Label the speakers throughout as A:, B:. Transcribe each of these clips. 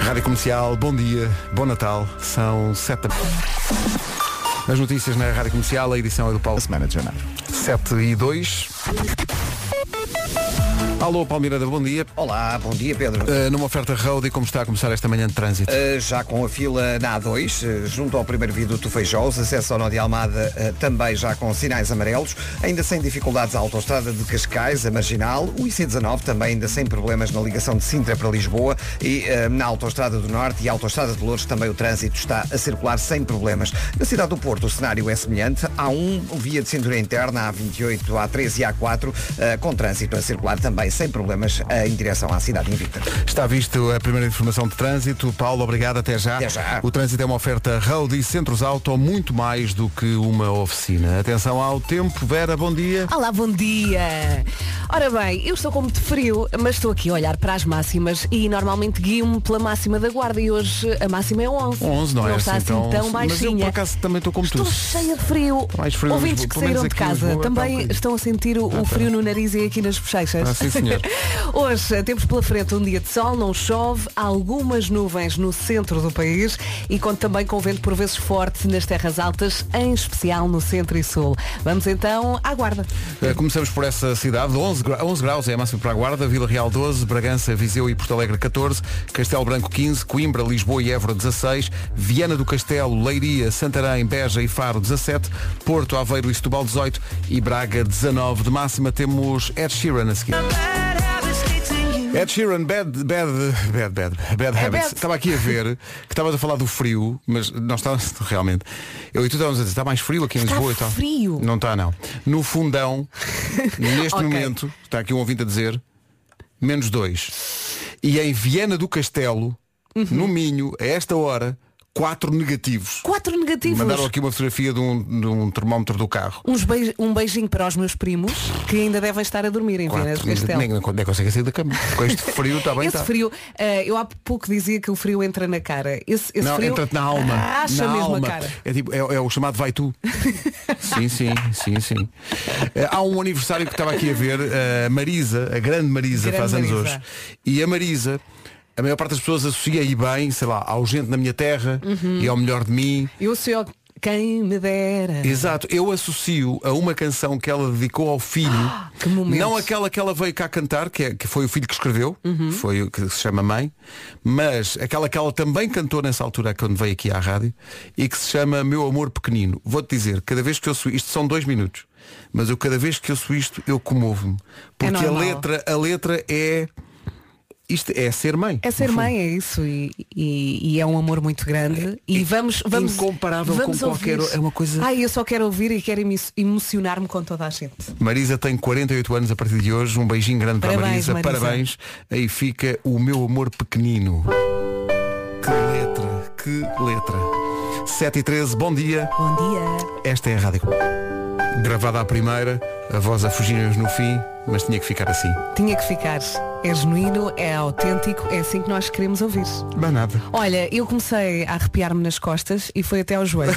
A: Rádio Comercial, bom dia, bom Natal, são sete da As notícias na Rádio Comercial, a edição é do Paulo.
B: A semana de janeiro.
A: 7 e 2. Alô, Palmeira, bom dia.
C: Olá, bom dia Pedro.
A: Eh, numa oferta road e como está a começar esta manhã de trânsito?
C: Eh, já com a fila na A2, eh, junto ao primeiro viaduto Feijós, acesso ao Nó de Almada eh, também já com sinais amarelos, ainda sem dificuldades à autostrada de Cascais, a Marginal, o IC19 também ainda sem problemas na ligação de Sintra para Lisboa e eh, na autostrada do Norte e a autostrada de Louros também o trânsito está a circular sem problemas. Na cidade do Porto o cenário é semelhante, há um via de cintura interna, A28, A3 e A4, eh, com trânsito a circular também sem problemas eh, em direção à cidade invicta.
A: Está visto a primeira informação de trânsito. Paulo, obrigado, até já.
C: Até já.
A: O trânsito é uma oferta road e centros auto, muito mais do que uma oficina. Atenção ao tempo. Vera, bom dia.
D: Olá, bom dia! Ora bem, eu estou com muito frio, mas estou aqui a olhar para as máximas e normalmente guio-me pela máxima da guarda e hoje a máxima é 11.
A: 11, não, é
D: está
A: assim tão-
D: tão
A: Mas eu,
D: baixinha.
A: por acaso, também estou como
D: Estou
A: tu.
D: cheia de frio.
A: Mais frio em
D: Ouvintes
A: Lisboa,
D: que
A: pelo menos
D: saíram de
A: aqui em
D: casa
A: Lisboa está um
D: também
A: bocadinho.
D: estão a sentir o, o frio no nariz e aqui nas bochechas.
A: tá. Ah, sim, senhor.
D: Hoje temos pela frente um dia de sol, não chove, há algumas nuvens no centro do país e conta também com vento por vezes forte nas terras altas, em especial no centro e sul. Vamos então à guarda.
A: Eh, Começamos por essa cidade, 11, gra- 11 graus é a máxima para a Guarda, Vila Real 12, Bragança, Viseu e Porto Alegre 14, Castelo Branco 15, Coimbra, Lisboa e Évora 16, Viana do Castelo, Leiria, Santarém, Beja e Faro 17, Porto, Aveiro e Setúbal 18 e Braga 19. De máxima temos Ed Sheeran a seguir. Ed Sheeran, bad, bad, bad, bad, bad habits.
D: É bad.
A: Estava aqui a ver que estavas a falar do frio, mas não estávamos realmente. Eu e tu estávamos a dizer, está mais frio aqui em
D: Está
A: Lisboa e tal.
D: frio.
A: Não está, não. No fundão, neste
D: Ok.
A: momento, está aqui um ouvinte a dizer, menos dois. E em Viena do Castelo,
D: Uhum.
A: no Minho, a esta hora, quatro negativos.
D: Quatro negativos.
A: Mandaram aqui uma fotografia de um, de um termómetro do carro.
D: Uns bei- um beijinho para os meus primos que ainda devem estar a dormir né? em Viena do
A: Quatro,
D: Castelo.
A: nem, nem, nem conseguem sair da cama. Com este frio está bem. tá.
D: esse
A: está.
D: frio, eh, eu há pouco dizia que o frio entra na cara. Esse, esse
A: não,
D: frio Ah,
A: entra-te na alma.
D: Acha
A: na
D: mesmo
A: alma.
D: a cara.
A: É, tipo, é, é o chamado vai tu. sim, sim, sim, sim. Eh, há um aniversário que estava aqui a ver, a Marisa, a grande Marisa,
D: Grande
A: faz anos
D: Marisa.
A: hoje. E a Marisa, a maior parte das pessoas associa aí bem, sei lá, ao gente na minha terra
D: Uhum.
A: e ao melhor de mim.
D: Eu sou eu quem me dera.
A: Exato, eu associo a uma canção que ela dedicou ao filho.
D: Ah, que momento.
A: Não aquela que ela veio cá cantar, que, é- que foi o filho que escreveu,
D: Uhum.
A: foi o que se chama Mãe, mas aquela que ela também cantou nessa altura quando veio aqui à rádio e que se chama Meu Amor Pequenino. Vou-te dizer, cada vez que eu sou isto são dois minutos, mas eu cada vez que eu sou isto eu comovo-me. Porque a
D: É normal.
A: letra, a letra é. Isto é ser mãe.
D: É ser
A: no fundo.
D: mãe, é isso, e, e- e é um amor muito grande. E vamos, vamos
A: incomparável com
D: vamos ouvir.
A: qualquer- é uma coisa-
D: Ai, eu só quero ouvir e quero emo- emocionar-me com toda a gente.
A: Marisa tem 48 anos a partir de hoje. Um beijinho grande
D: Parabéns,
A: para Marisa.
D: Marisa.
A: Parabéns. Aí fica o meu amor pequenino. Que letra, que letra. 7 e 13, bom dia.
D: Bom dia.
A: Esta é a Rádio. Comercial. Gravada à primeira, a voz a fugir-nos no fim, mas tinha que ficar assim.
D: Tinha que ficar. É genuíno, é autêntico, é assim que nós queremos ouvir.
A: Mas nada.
D: Olha, eu comecei a arrepiar-me nas costas e foi até aos joelhos.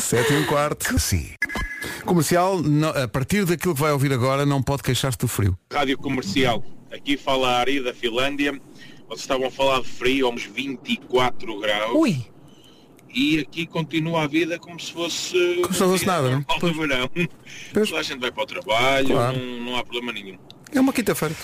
A: 7 e um quarto.
B: Sim.
A: Comercial, não- a partir daquilo que vai ouvir agora, não pode queixar-se do frio.
E: Rádio Comercial, aqui fala a Ari da Finlândia. Vocês estavam a falar de frio, uns 24 graus.
D: Ui!
E: E aqui continua a vida como se fosse.
A: Como se não fosse nada, não?
E: normal do verão.
A: Pois.
E: Toda a gente vai para o trabalho,
A: Claro.
E: não, não há problema nenhum.
A: É uma quinta-feira.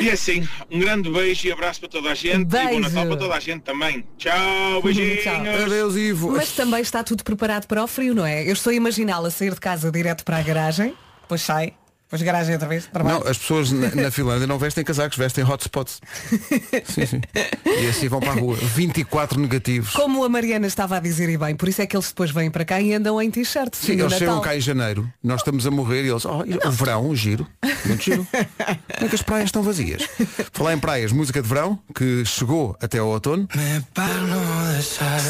E: E é assim, um grande beijo e abraço para toda a gente. E
D: Beijo.
E: bom Natal para toda a gente também. Tchau, beijinhos.
D: Tchau.
A: Adeus, Ivo.
D: Mas também está tudo preparado para o frio, não é? Eu estou a imaginá-la sair de casa direto para a garagem, depois sai, depois garagem outra vez, trabalho.
A: Não, as pessoas na, na Finlândia não vestem casacos, vestem hotspots. Sim, sim. E assim vão para a rua. 24 negativos.
D: Como a Mariana estava a dizer e bem, por isso é que eles depois vêm para cá e andam em t-shirt.
A: Sim,
D: no
A: eles
D: Natal.
A: chegam cá em janeiro, nós estamos a morrer e eles, oh, o verão, um giro, muito giro. Como é que as praias estão vazias? Falar em praias, música de verão, que chegou até ao outono.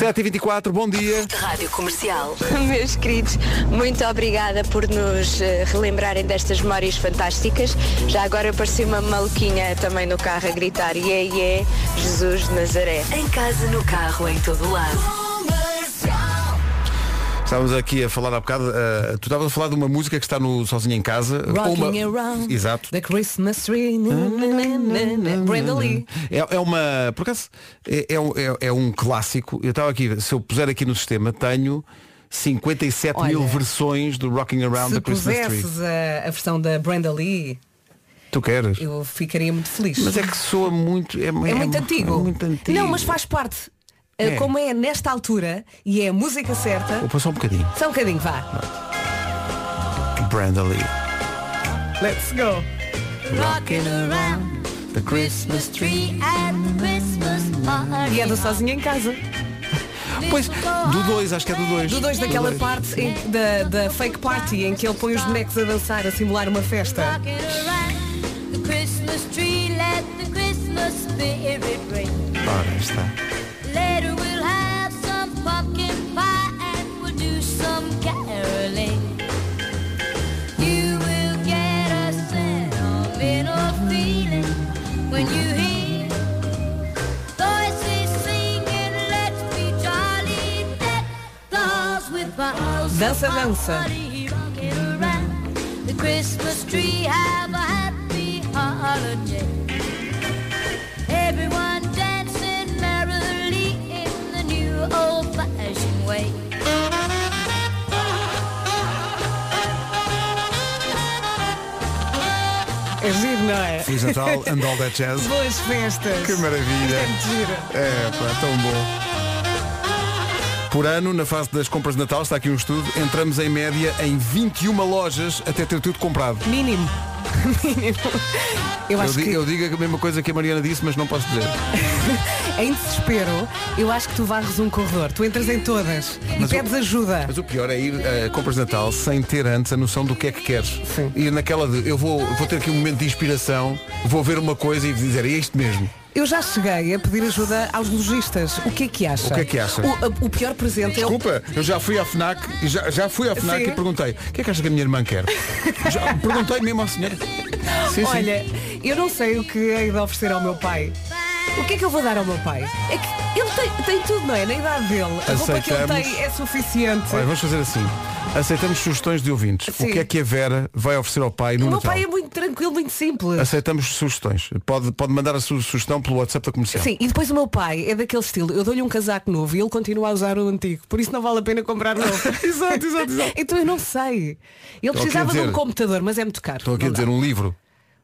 A: 7h24, bom dia.
F: Rádio Comercial.
G: Meus queridos, muito obrigada por nos eh, relembrarem destas memórias fantásticas. Já agora parecia uma maluquinha também no carro a gritar Iê, iê, Jesus de Nazaré.
F: Em casa, no carro, em todo lado.
A: Estávamos aqui a falar há bocado, eh, tu estavas a falar de uma música que está no Sozinho em Casa. ou uma...
D: Rocking around
A: Exato.
D: the Christmas tree. na, na, na, na, na. Brenda Lee.
A: É, é uma. Por acaso, é, é um- é- é um clássico. Eu estava aqui, se eu puser aqui no sistema, tenho 57 mil
D: Olha,
A: versões do Rocking Around
D: Se
A: the Christmas Tree.
D: pusesses a, a versão da Brenda Lee,
A: Tu queres?
D: eu ficaria muito feliz.
A: Mas é que soa muito. É,
D: É muito antigo.
A: É muito antigo.
D: Não, mas faz parte. Uh,
A: É.
D: Como é nesta altura e é a música certa,
A: Vou pôr só um bocadinho.
D: só um bocadinho, vá.
A: Brenda Lee.
D: Let's go.
B: Rocking around
A: The Christmas.
B: Christmas tree at the Christmas party.
D: E é do Sozinho em Casa.
A: Pois, do 2, acho que é do 2.
D: Do dois daquela parte em- da, da fake party em que ele põe os bonecos a dançar, a simular uma festa.
B: Rocking around the Christmas tree, let the Christmas spirit ring.
A: Ora, está.
B: Later we'll have some pumpkin pie and we'll do some caroling. You will get a sentimental feeling when you hear voices singing, let's be jolly, deck the halls with bells.
D: Dança, dança.
B: Party rocking around the Christmas tree, have a happy holiday. Everyone dancing merrily in the new old-fashioned way.
D: É giro, não é?
A: Feliz Natal and all that jazz.
D: Boas festas.
A: Que maravilha.
D: Isto é muito giro.
A: É, pá, tão bom. Por ano, na fase das compras de Natal, está aqui um estudo, entramos em média em 21 lojas até ter tudo comprado.
D: Mínimo. Mínimo. Eu
A: Eu,
D: acho
A: di-
D: que
A: eu digo a mesma coisa que a Mariana disse, mas não posso dizer.
D: em desespero, eu acho que tu varres um corredor. Tu entras em todas
A: Mas
D: e pedes
A: o-
D: ajuda.
A: Mas o pior é ir a compras de Natal sem ter antes a noção do que é que queres.
D: Sim.
A: Ir naquela de, eu vou, vou ter aqui um momento de inspiração, vou ver uma coisa e dizer, é isto mesmo.
D: Eu já cheguei a pedir ajuda aos lojistas. O que é que acha?
A: O que é que acha?
D: O, o pior presente é o
A: Desculpa, eu já fui à FNAC, e já, já fui à FNAC
D: Sim.
A: e perguntei, o que é que acha que a minha irmã quer? já perguntei mesmo ao senhor. Sim, sim.
D: Olha, eu não sei o que hei de oferecer ao meu pai. O que é que eu vou dar ao meu pai? É que ele tem, tem tudo, não é? Na idade dele. A roupa que ele
A: Aceitamos.
D: tem é suficiente.
A: Olha, vamos fazer assim. Aceitamos sugestões de ouvintes.
D: Sim.
A: O que é que a Vera vai oferecer ao pai no
D: o meu
A: Natal?
D: pai é muito tranquilo, muito simples.
A: Aceitamos sugestões. Pode, pode mandar a sua sugestão pelo WhatsApp da comercial.
D: Sim, e depois o meu pai é daquele estilo, eu dou-lhe um casaco novo e ele continua a usar o antigo, por isso não vale a pena comprar novo.
A: Exato, exato, exato.
D: Então eu não sei. Ele
A: aqui a
D: precisava de um
A: dizer-
D: computador, mas é muito caro.
A: Estou aqui
D: Não
A: a dizer
D: dá.
A: um livro.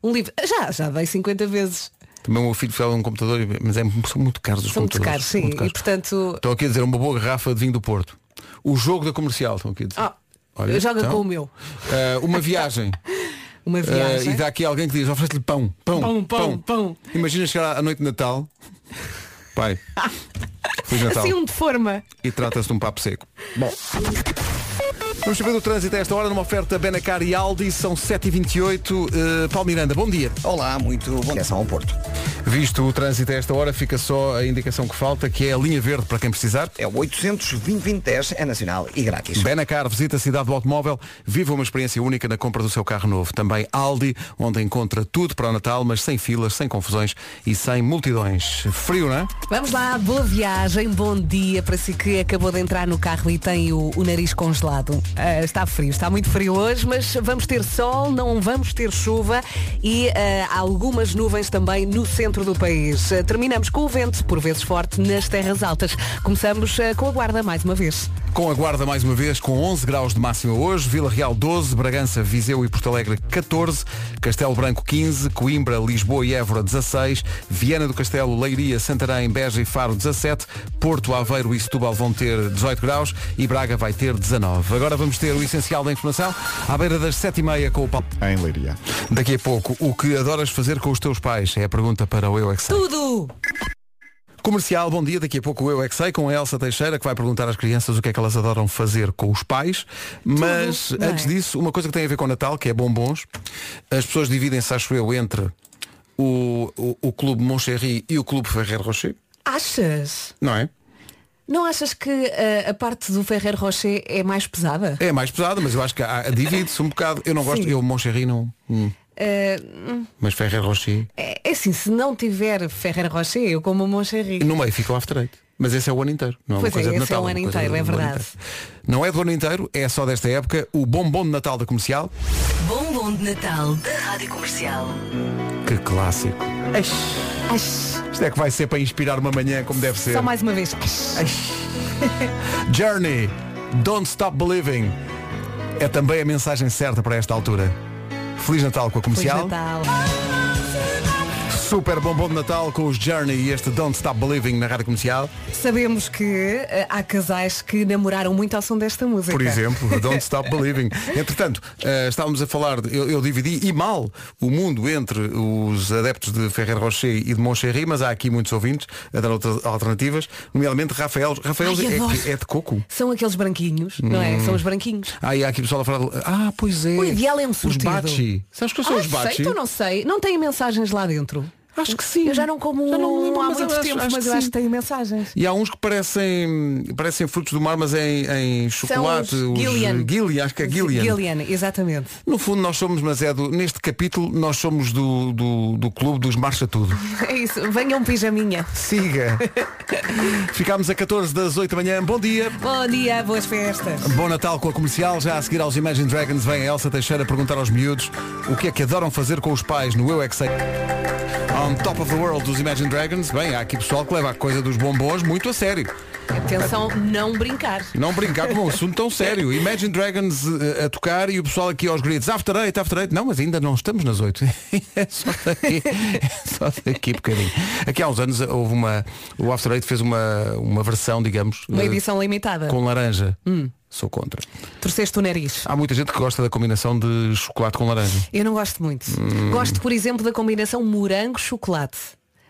D: um livro. Já, já dei 50 vezes.
A: Também o meu filho fala um computador, e- mas é, são muito caros os
D: São muito
A: computadores.
D: caros, sim.
A: Muito caros.
D: E portanto,
A: Estou aqui a dizer uma boa garrafa de vinho do Porto. O jogo da comercial, estão aqui a dizer.
D: Ah,
A: Olha,
D: joga
A: então.
D: com o meu.
A: Ah, uma viagem.
D: uma viagem.
A: Ah, e dá aqui alguém que diz, oferece-lhe pão, pão,
D: Pão, pão, pão.
A: Imagina chegar à noite de Natal. Pai. Feliz Natal.
D: Assim um de forma.
A: e trata-se de um papo seco. Bom. Vamos saber do trânsito a esta hora numa oferta Benacar e Aldi, são 7h28. Eh, Paulo Miranda, bom dia.
C: Olá, muito bom. Direção ao Porto.
A: Visto o trânsito a esta hora, fica só a indicação que falta, que é a linha verde para quem precisar.
C: É o 800 é nacional e grátis. É
A: Benacar visita a cidade do automóvel, viva uma experiência única na compra do seu carro novo. Também Aldi, onde encontra tudo para o Natal, mas sem filas, sem confusões e sem multidões. Frio, não é?
D: Vamos lá, boa viagem, bom dia para si que acabou de entrar no carro e tem o, o nariz congelado. Ah, está frio, está muito frio hoje, mas vamos ter sol, não vamos ter chuva e ah, há algumas nuvens também no centro do país. Ah, terminamos com o vento, por vezes forte, nas terras altas. Começamos ah, com a guarda mais uma vez.
A: Com a guarda mais uma vez, com 11 graus de máxima hoje, Vila Real 12, Bragança, Viseu e Porto Alegre 14, Castelo Branco 15, Coimbra, Lisboa e Évora 16, Viana do Castelo, Leiria, Santarém, Beja e Faro 17, Porto, Aveiro e Setúbal vão ter 18 graus e Braga vai ter 19. Agora vamos ter o essencial da informação à beira das 7h30 com o Paulo.
F: Em Leiria.
A: Daqui a pouco, o que adoras fazer com os teus pais? É a pergunta para o Eu é Que Sei.
D: Tudo!
A: Comercial, bom dia. Daqui a pouco o eu é que sei com a Elsa Teixeira que vai perguntar às crianças o que é que elas adoram fazer com os pais. Mas
D: não é?
A: antes disso, uma coisa que tem a ver com o Natal, que é bombons. As pessoas dividem-se, acho eu, entre o, o, o Clube Moncherry e o Clube Ferrer Rocher,
D: Achas?
A: não é?
D: Não achas que ah, a parte do Ferrer Rocher é mais pesada?
A: É mais pesado, mas eu acho que há- divide-se um bocado. Eu não gosto,
D: Sim.
A: eu Moncherry não. hum.
D: eh, hum,
A: Mas Ferrer Rocher,
D: é é assim, se não tiver Ferreira Rocher, eu como um Moncherry.
A: no meio fica o after eight. Mas esse é o ano inteiro, não é uma
D: Pois é,
A: coisa de
D: esse é
A: Natal.
D: o ano
A: uma coisa
D: inteiro, é
A: do ano
D: verdade.
A: inteiro. Não é do ano inteiro, é só desta época, o bombom de Natal da Comercial.
F: Bombom de Natal da Rádio Comercial.
A: Que clássico. Isto é que vai ser para inspirar uma manhã como deve ser.
D: Só mais uma vez.
A: Journey, Don't Stop Believing. É também a mensagem certa para esta altura. Feliz Natal com a
D: Feliz
A: comercial.
D: Natal.
A: Super bombom de Natal com os Journey e este Don't Stop Believing na rádio comercial.
D: Sabemos que eh, há casais que namoraram muito ao som desta música.
A: Por exemplo, Don't Stop Believing. Entretanto, eh, estávamos a falar, de- eu, eu dividi e mal o mundo entre os adeptos de Ferrer Rocher e de Moncherry, mas há aqui muitos ouvintes a dar outras alternativas, nomeadamente Rafael. Rafael
D: Ai,
A: é,
D: adoro.
A: que- é de coco.
D: São aqueles branquinhos, não é? São os branquinhos.
A: Ah, e há aqui pessoal a falar. de- Ah, pois é.
D: O ideal é um
A: Os
D: sortido.
A: bachi. Sabes que são os
D: ah,
A: bachi?
D: sei, então não sei. Não tem mensagens lá dentro.
A: Acho que sim.
D: Eu já não como
A: Já não me
D: um
A: lembro,
D: há
A: mas
D: muito
A: eu acho-
D: tempo,
A: acho
D: mas
A: que
D: eu acho
A: sim.
D: que tem mensagens.
A: E há uns que parecem, parecem frutos do mar, mas é em, em chocolate.
D: São os Gillian.
A: Gillian, acho que é Gillian.
D: Gillian, exatamente.
A: No fundo nós somos, mas é do, neste capítulo nós somos do, do, do clube dos marcha tudo.
D: É isso. Venha um pijaminha.
A: Siga. Ficámos a 14 das 8 da manhã. Bom dia.
D: Bom dia, boas festas.
A: Bom Natal com a comercial. Já a seguir aos Imagine Dragons vem a Elsa Teixeira perguntar aos miúdos o que é que adoram fazer com os pais no Eu é Que Sei. On top of the world dos Imagine Dragons. Bem, há aqui pessoal que leva a coisa dos bombons muito a sério.
D: Atenção, não brincar.
A: Não brincar com um assunto tão sério. Imagine Dragons eh, a tocar e o pessoal aqui aos gritos. After eight, after eight. Não, mas ainda não estamos nas oito. É só daqui, é só daqui bocadinho. Aqui há uns anos houve uma. O After eight fez uma, uma versão, digamos,
D: Uma
A: eh,
D: edição Hum. limitada.
A: com laranja. Sou contra.
D: Torceste o nariz.
A: Há muita gente que gosta da combinação de chocolate com laranja.
D: Eu não gosto muito.
A: Hum.
D: Gosto, por exemplo, da combinação morango-chocolate.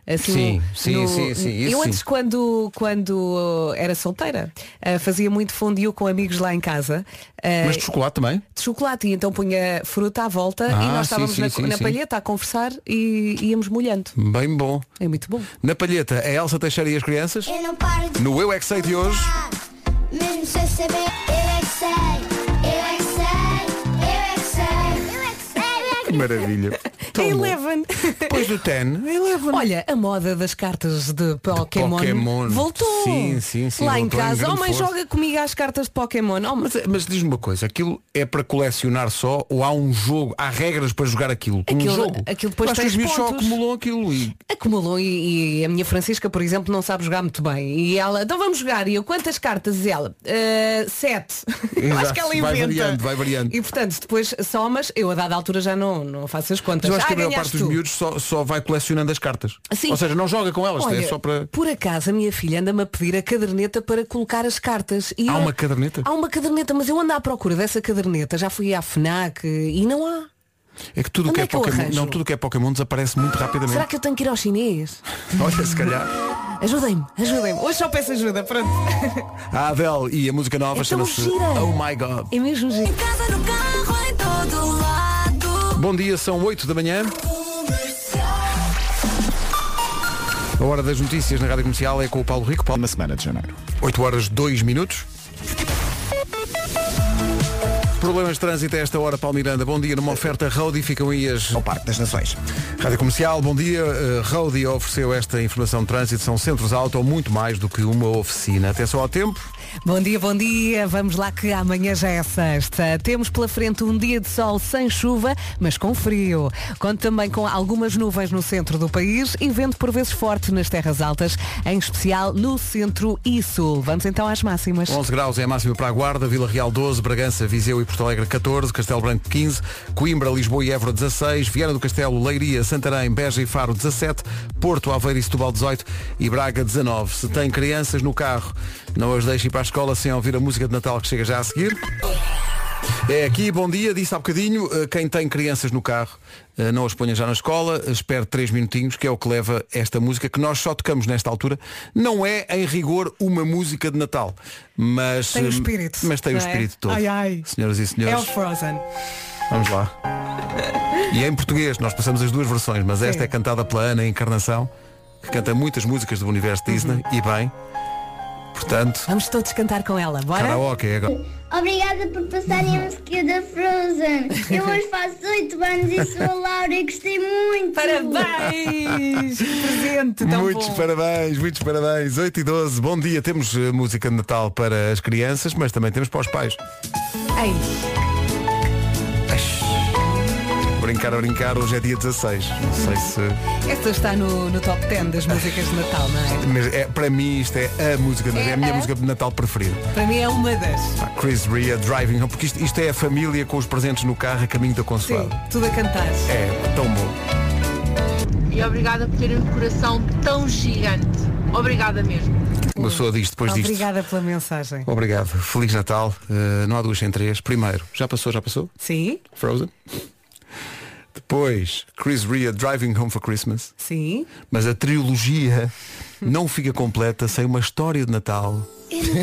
D: Assim,
A: Sim, sim,
D: no-
A: sim, sim, isso
D: Eu
A: sim.
D: antes, quando, quando era solteira, ah, fazia muito fondue com amigos lá em casa. ah,
A: Mas de chocolate também?
D: de chocolate e então punha fruta à volta
A: Ah,
D: e nós
A: sim,
D: estávamos
A: sim,
D: na,
A: sim,
D: na
A: sim.
D: palheta a conversar e íamos molhando.
A: Bem bom.
D: É muito bom.
A: Na palheta, a Elsa Teixeira e as crianças.
B: Eu não paro de
A: No Eu É Que Sei de hoje.
B: Mesmo sem saber, eu é que sei, eu é que sei, eu é que sei, eu é que sei.
A: Maravilha. Tão bom.
D: Eleven.
A: Depois do Ten, Eleven.
D: Olha, a moda das cartas de Pokémon,
A: Pokémon.
D: voltou.
A: Sim, sim, sim,
D: Lá em
A: voltou em
D: casa,
A: grande
D: oh mãe,
A: força.
D: joga comigo às cartas de Pokémon. Oh, mas
A: Mas, mas diz-me uma coisa, aquilo é para colecionar só ou há um jogo, há regras para jogar aquilo? um
D: Aquilo-
A: jogo.
D: aquilo depois
A: Acho que
D: tens
A: os miúdos só
D: pontos.
A: acumulam aquilo e
D: acumulou e, e a minha Francisca, por exemplo, não sabe jogar muito bem. E ela, então vamos jogar. E eu, quantas cartas? E ela, "Ah, sete. Eu acho
A: Exato,
D: que ela
A: vai
D: inventa.
A: variando, vai variando.
D: E portanto, depois somas, eu a dada altura já não, não faço as contas.
A: Mas eu acho
D: Ah,
A: que a maior parte
D: ganhaste
A: dos
D: tu.
A: miúdos só, só vai colecionando as cartas.
D: Sim.
A: Ou seja, não joga com elas,
D: Olha,
A: é só para.
D: Por acaso a minha filha anda-me a pedir a caderneta para colocar as cartas. E
A: Há
D: eu-
A: uma caderneta?
D: Há uma caderneta, mas eu ando à procura dessa caderneta. Já fui à FNAC e não há.
A: É que tudo o
D: Onde
A: que é,
D: é que eu
A: Pokémon.
D: arranjo?
A: Não, tudo o que é Pokémon desaparece muito rapidamente.
D: Será que eu tenho que ir ao chinês?
A: Olha, se calhar.
D: Ajudem-me, ajudem-me. Hoje só peço ajuda, pronto.
A: A Adele e a música nova
D: É tão
A: chama-se
D: gira.
A: Oh My God.
D: É mesmo giro.
F: Casa no carro em todo lado.
A: Bom dia, são 8 da manhã. A hora das notícias na Rádio Comercial é com o Paulo Rico. Paulo...
H: Uma semana de janeiro.
A: 8 horas 2 minutos. Problemas de trânsito a esta hora, Paulo Miranda. Bom dia, numa oferta Roadie ficam aí as
C: Ao Parque das Nações.
A: Rádio Comercial, bom dia. Uh, Roadie ofereceu esta informação de trânsito. São centros auto muito mais do que uma oficina. Atenção ao tempo.
D: Bom dia, bom dia. Vamos lá que amanhã já é sexta. Temos pela frente um dia de sol sem chuva, mas com frio. Conto também com algumas nuvens no centro do país e vento por vezes forte nas terras altas, em especial no centro e sul. Vamos então às máximas.
A: 11 graus é a máxima para a Guarda, Vila Real 12, Bragança, Viseu e Porto Alegre 14, Castelo Branco 15, Coimbra, Lisboa e Évora 16, Viana do Castelo, Leiria, Santarém, Beja e Faro 17, Porto, Aveiro e Setúbal 18 e Braga 19. Se tem crianças no carro, não as deixe ir para a escola sem ouvir a música de Natal que chega já a seguir. É aqui, bom dia, disse há bocadinho, eh, quem tem crianças no carro, eh, não as ponha já na escola, espere três minutinhos, que é o que leva esta música, que nós só tocamos nesta altura. Não é, em rigor, uma música de Natal, mas
D: Tem o
A: eh,
D: espírito,
A: mas tem o
D: não é?
A: espírito todo.
D: Ai, ai.
A: Senhoras e senhores,
D: Frozen.
A: vamos lá. E é em português, nós passamos as duas versões, mas esta
D: Sim.
A: é
D: Uhum.
A: cantada pela Ana Encarnação, que canta muitas músicas do universo Disney, e bem, Portanto,
D: Vamos todos cantar com ela, bora?
A: karaoke é agora.
H: Obrigada por passarem a
B: um
H: música da Frozen. Eu hoje faço 8 anos e sou a Laura e gostei muito.
D: Parabéns! Que Presente tão
A: muitos
D: bom.
A: parabéns, muitos parabéns. 8 e 12, bom dia. Temos eh, música de Natal para as crianças, mas também temos para os pais.
D: Ei,
A: Brincar a brincar, hoje é dia 16. Não sei se.
D: esta está no, no top 10 das músicas de Natal, não é?
A: Mas é, para mim isto é a música de Natal, é a minha música de Natal preferida.
D: Para mim é uma das.
A: Pá, Chris Rea, Driving Home, porque isto, isto é a família com os presentes no carro a caminho da
D: Sim,
A: consoada.
D: tudo a cantar.
A: É tão bom.
I: E obrigada por terem um coração tão gigante. Obrigada mesmo.
A: Uma pessoa diz depois disto.
D: Obrigada pela mensagem.
A: Obrigado. Feliz Natal. Eh, não há duas sem três. Primeiro, já passou, já passou?
D: Sim,
A: Frozen. Depois, Chris Rea, Driving Home for Christmas.
D: sim.
A: Mas a trilogia não fica completa sem uma história de Natal.
J: Não,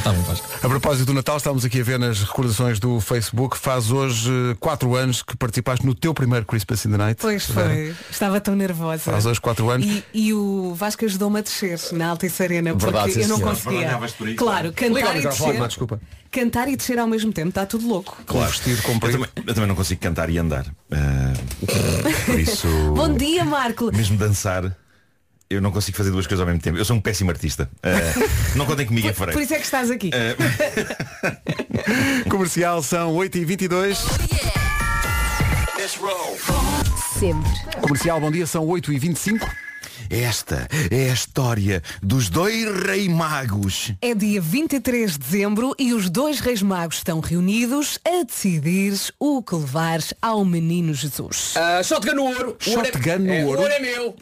K: tá
J: está bom, Vasco.
A: A propósito do Natal, estamos aqui a ver nas recordações do Facebook. Faz hoje 4 anos que participaste no teu primeiro Christmas in the Night.
D: Pois
A: Vera.
D: foi. Estava tão nervosa.
A: Faz hoje 4 anos.
D: E, e o Vasco ajudou-me a descer na Altice Arena porque
J: Verdade, sim,
D: eu não
J: senhora.
D: conseguia.
E: Baralhavas por aí,
D: claro, cantar e descer.
A: Pá, desculpa.
D: Cantar e descer ao mesmo tempo, está tudo louco.
A: Com vestido
J: Eu
A: comprido.
J: também, eu também não consigo cantar e andar. Ah, por isso.
D: Bom dia, Marco.
J: Oh. Mesmo dançar, eu não consigo fazer duas coisas ao mesmo tempo. Eu sou um péssimo artista. Ah, não contem comigo, é farei.
D: Por isso é que estás aqui.
J: Eh.
A: Comercial são 8h22.
F: Sempre.
A: Comercial, bom dia, são 8h25.
J: Esta é a história dos dois rei magos.
D: É dia 23 de dezembro e os dois reis magos estão reunidos a decidir o que levar ao menino Jesus.
K: shotgun no ouro. O ouro é-
A: Shotgun no
K: é,
A: ouro?
K: O ouro é meu.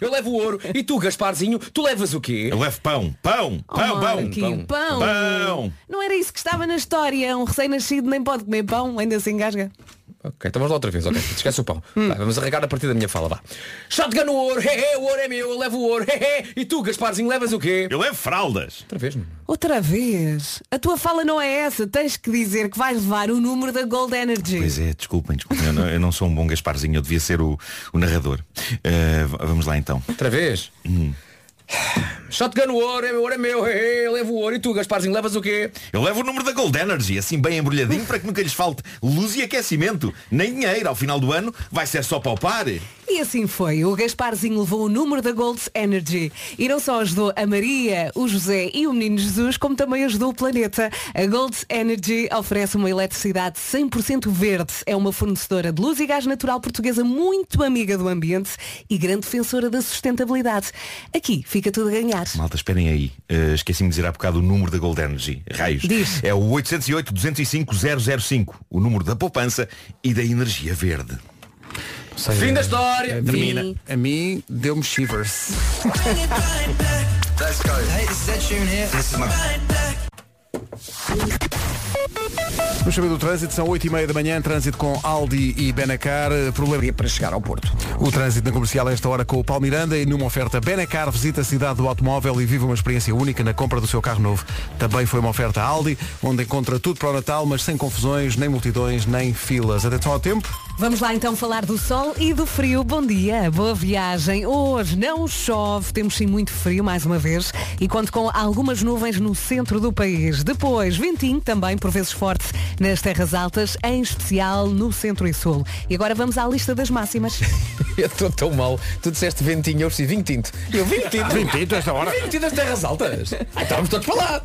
K: Eu levo o ouro. E tu, Gasparzinho, tu levas o quê?
J: Eu levo pão, pão,
D: Oh,
J: pão, pão,
D: Marquinho,
J: pão,
D: pão.
J: pão.
D: Não era isso que estava na história. Um recém-nascido nem pode comer pão, ainda se engasga.
K: Ok, então vamos lá outra vez, ok. Esquece o pão. Vai, vamos arrancar a partir da minha fala, vá. Shotgun no ouro, hehe, o ouro é meu, eu levo o ouro, hehe. E tu, Gasparzinho, levas o quê?
J: Eu levo fraldas.
K: Outra vez, não.
D: Outra vez. A tua fala não é essa. Tens que dizer que vais levar o número da Gold Energy.
J: Pois é, desculpem, desculpem. Eu não, eu não sou um bom Gasparzinho, eu devia ser o, o narrador. Ah, v- vamos lá então.
K: Outra vez.
J: Hum.
K: Shotgun no ouro, é meu, ouro é meu, hehe, eu levo o ouro. E tu, Gasparzinho, levas o quê?
J: Eu levo o número da Gold Energy, assim bem embrulhadinho, para que nunca lhes falte luz e aquecimento. Nem dinheiro, ao final do ano vai ser só palpar.
D: E assim foi. O Gasparzinho levou o número da Gold Energy. E não só ajudou a Maria, o José e o Menino Jesus, como também ajudou o planeta. A Gold Energy oferece uma eletricidade 100% verde. É uma fornecedora de luz e gás natural portuguesa muito amiga do ambiente e grande defensora da sustentabilidade. Aqui fica tudo a ganhar.
J: Malta, esperem aí. Eh, Esqueci-me de dizer há bocado o número da Gold Energy. Raios.
D: Diz.
J: É o 808-205-005. O número da poupança e da energia verde.
K: Fim da história.
J: Termina.
A: A mim deu-me shivers. Vamos saber do trânsito, são 8h30 da manhã, trânsito com Aldi e Benacar. Problema é
C: Para chegar ao Porto.
A: O trânsito na comercial a esta hora com o Paulo Miranda e numa oferta Benacar visita a cidade do automóvel e vive uma experiência única na compra do seu carro novo. Também foi uma oferta Aldi, onde encontra tudo para o Natal, mas sem confusões, nem multidões, nem filas. Atenção ao tempo.
D: Vamos lá então falar do sol e do frio. Bom dia, boa viagem. Hoje não chove, temos sim muito frio mais uma vez e conto com algumas nuvens no centro do país. Depois, ventinho também, por vezes forte, nas terras altas, em especial no centro e sul. E agora vamos à lista das máximas.
K: Eu estou tão mal. Tu disseste ventinho, eu preciso vinho tinto. Eu vinho tinto. vinho tinto esta é hora. Vinho tinto das terras altas. Ah, Estávamos todos para lá.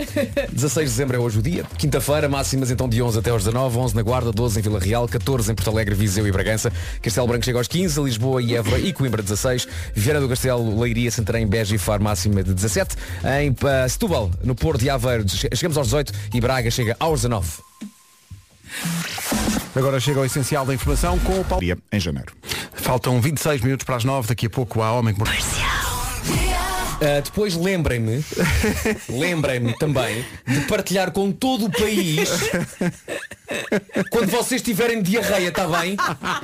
K: 16 de dezembro é hoje o dia. Quinta-feira, máximas então de 11 até aos 19. 11 na Guarda, 12 em Vila Real, 14 em Porto Alegre, Viseu e Bragança. Castelo Branco chega aos 15, Lisboa e Évora e Coimbra 16. Viana do Castelo, Leiria, Santarém, Beja e Faro, máxima de 17. Em ah, Setúbal, no Porto e Aveiro, che- chegamos aos 18 e Braga chega aos 19.
A: Agora chega ao essencial da informação com o Paulo.
J: Em janeiro.
A: Faltam 26 minutos para as 9, daqui a pouco há homem que mordeu.
K: Uh, depois lembrem-me, lembrem-me também de partilhar com todo o país quando vocês tiverem diarreia, está bem?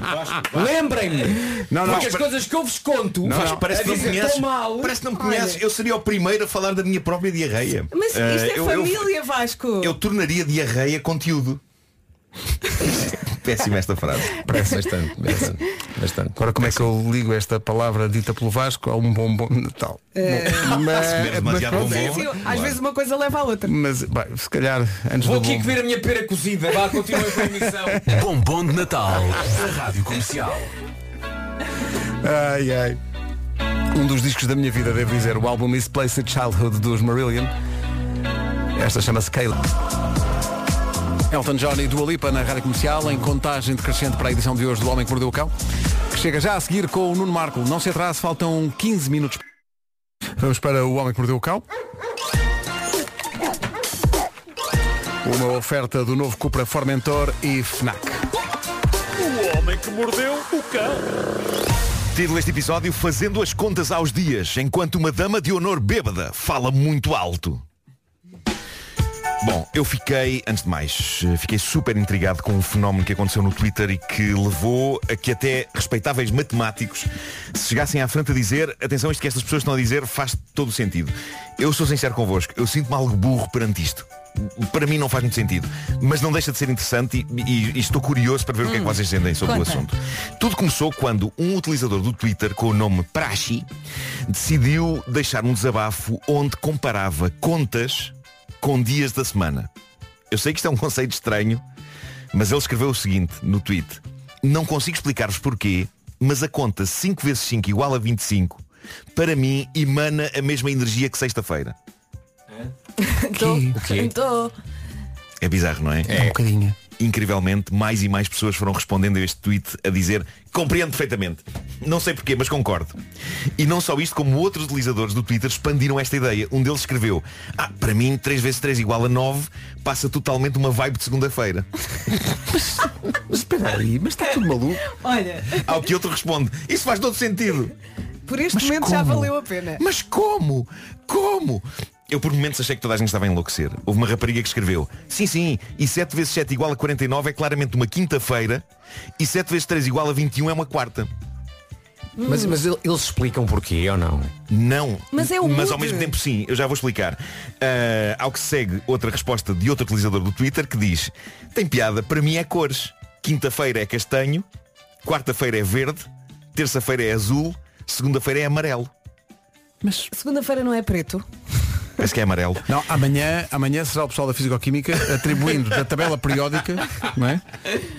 K: Lembrem-me!
A: Não, não,
K: porque as
A: espera-
K: coisas que eu vos conto
J: Não, não, parece,
K: a
J: que não
K: dizer
J: conheces,
K: tão mal.
J: parece que não me conheces. Eu seria o primeiro a falar da minha própria diarreia.
D: Mas
J: Ah,
D: isto é
J: eu- eu-
D: família, Vasco.
J: Eu tornaria diarreia conteúdo. Péssima esta frase.
A: Parece bastante, bastante, bastante. Agora como é que eu ligo esta palavra dita pelo Vasco a um bombom de Natal?
D: Eh,
A: Bom, mas-
J: Se comeres
A: mas
J: demasiado
A: pronto,
J: bombom,
A: é-
D: Sim, às
A: Claro.
D: vezes uma coisa leva à outra.
A: Mas bem, se calhar antes
K: Vou
A: do
K: aqui
A: bom-
K: comer a minha pera cozida. Vá, continuem com a emissão.
L: Bombom de Natal. A Rádio Comercial.
A: Ai ai. Um dos discos da minha vida, devo dizer, o álbum Misplaced Childhood dos Marillion. Esta chama-se Kayla. Elton John e Dua Lipa na Rádio Comercial, em contagem decrescente para a edição de hoje do Homem que Mordeu o Cão, que chega já a seguir com o Nuno Marco. Não se atrase, faltam 15 minutos. Vamos para o Homem que Mordeu o Cão. Uma oferta do novo Cupra Formentor e FNAC.
J: O homem que mordeu o cão. Título deste episódio Fazendo as contas aos dias, enquanto uma dama de honor bêbada fala muito alto. Bom, eu fiquei, antes de mais, eh, fiquei super intrigado com o fenómeno que aconteceu no Twitter e que levou a que até respeitáveis matemáticos se chegassem à frente a dizer atenção, isto que estas pessoas estão a dizer faz todo o sentido. Eu sou sincero convosco, eu sinto-me algo burro perante isto. Para mim não faz muito sentido, mas não deixa de ser interessante e, e- e estou curioso para ver o que é que vocês entendem sobre
M: conta.
J: o assunto. Tudo começou quando um utilizador do Twitter com o nome Prashi decidiu deixar um desabafo onde comparava contas com dias da semana. Eu sei que isto é um conceito estranho, mas ele escreveu o seguinte no tweet. Não consigo explicar-vos porquê, mas a conta 5 vezes 5 igual a 25, para mim, emana a mesma energia que sexta-feira. quê?
N: Estou.
J: É bizarro, não é?
A: Um bocadinho.
J: Incrivelmente, mais e mais pessoas foram respondendo a este tweet a dizer compreendo perfeitamente. Não sei porquê, mas concordo. E não só isto, como outros utilizadores do Twitter expandiram esta ideia. Um deles escreveu Ah, para mim 3 vezes 3 igual a 9 passa totalmente uma vibe de segunda-feira. mas espera aí, mas está tudo maluco?
D: Olha,
J: Ao que outro responde Isso faz todo sentido.
D: por este momento já valeu a pena.
J: Mas como? Como? Eu por momentos achei que toda a gente estava a enlouquecer. Houve uma rapariga que escreveu Sim, sim, e 7 vezes 7 igual a 49 é claramente uma quinta-feira E 7 vezes 3 igual a 21 é uma quarta
K: Mas, mas ele- eles explicam porquê ou não?
J: Não
K: Mas é o
J: Mas ao
K: mood.
J: mesmo tempo sim, eu já vou explicar Ah, Ao que segue outra resposta de outro utilizador do Twitter Que diz Tem piada, para mim é cores Quinta-feira é castanho Quarta-feira é verde Terça-feira é azul Segunda-feira é amarelo
D: Mas segunda-feira não é preto.
J: Parece que é amarelo
A: Não, amanhã, amanhã será o pessoal da Fisicoquímica atribuindo da tabela periódica não é?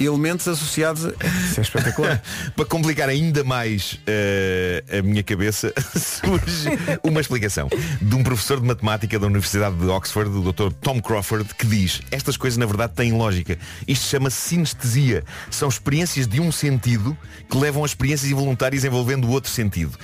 A: elementos associados a... Isso é espetacular.
J: Para complicar ainda mais eh, a minha cabeça, surge uma explicação de um professor de matemática da Universidade de Oxford, o Dr. Tom Crawford, que diz estas coisas na verdade têm lógica. Isto chama-se sinestesia. São experiências de um sentido que levam a experiências involuntárias envolvendo o outro sentido.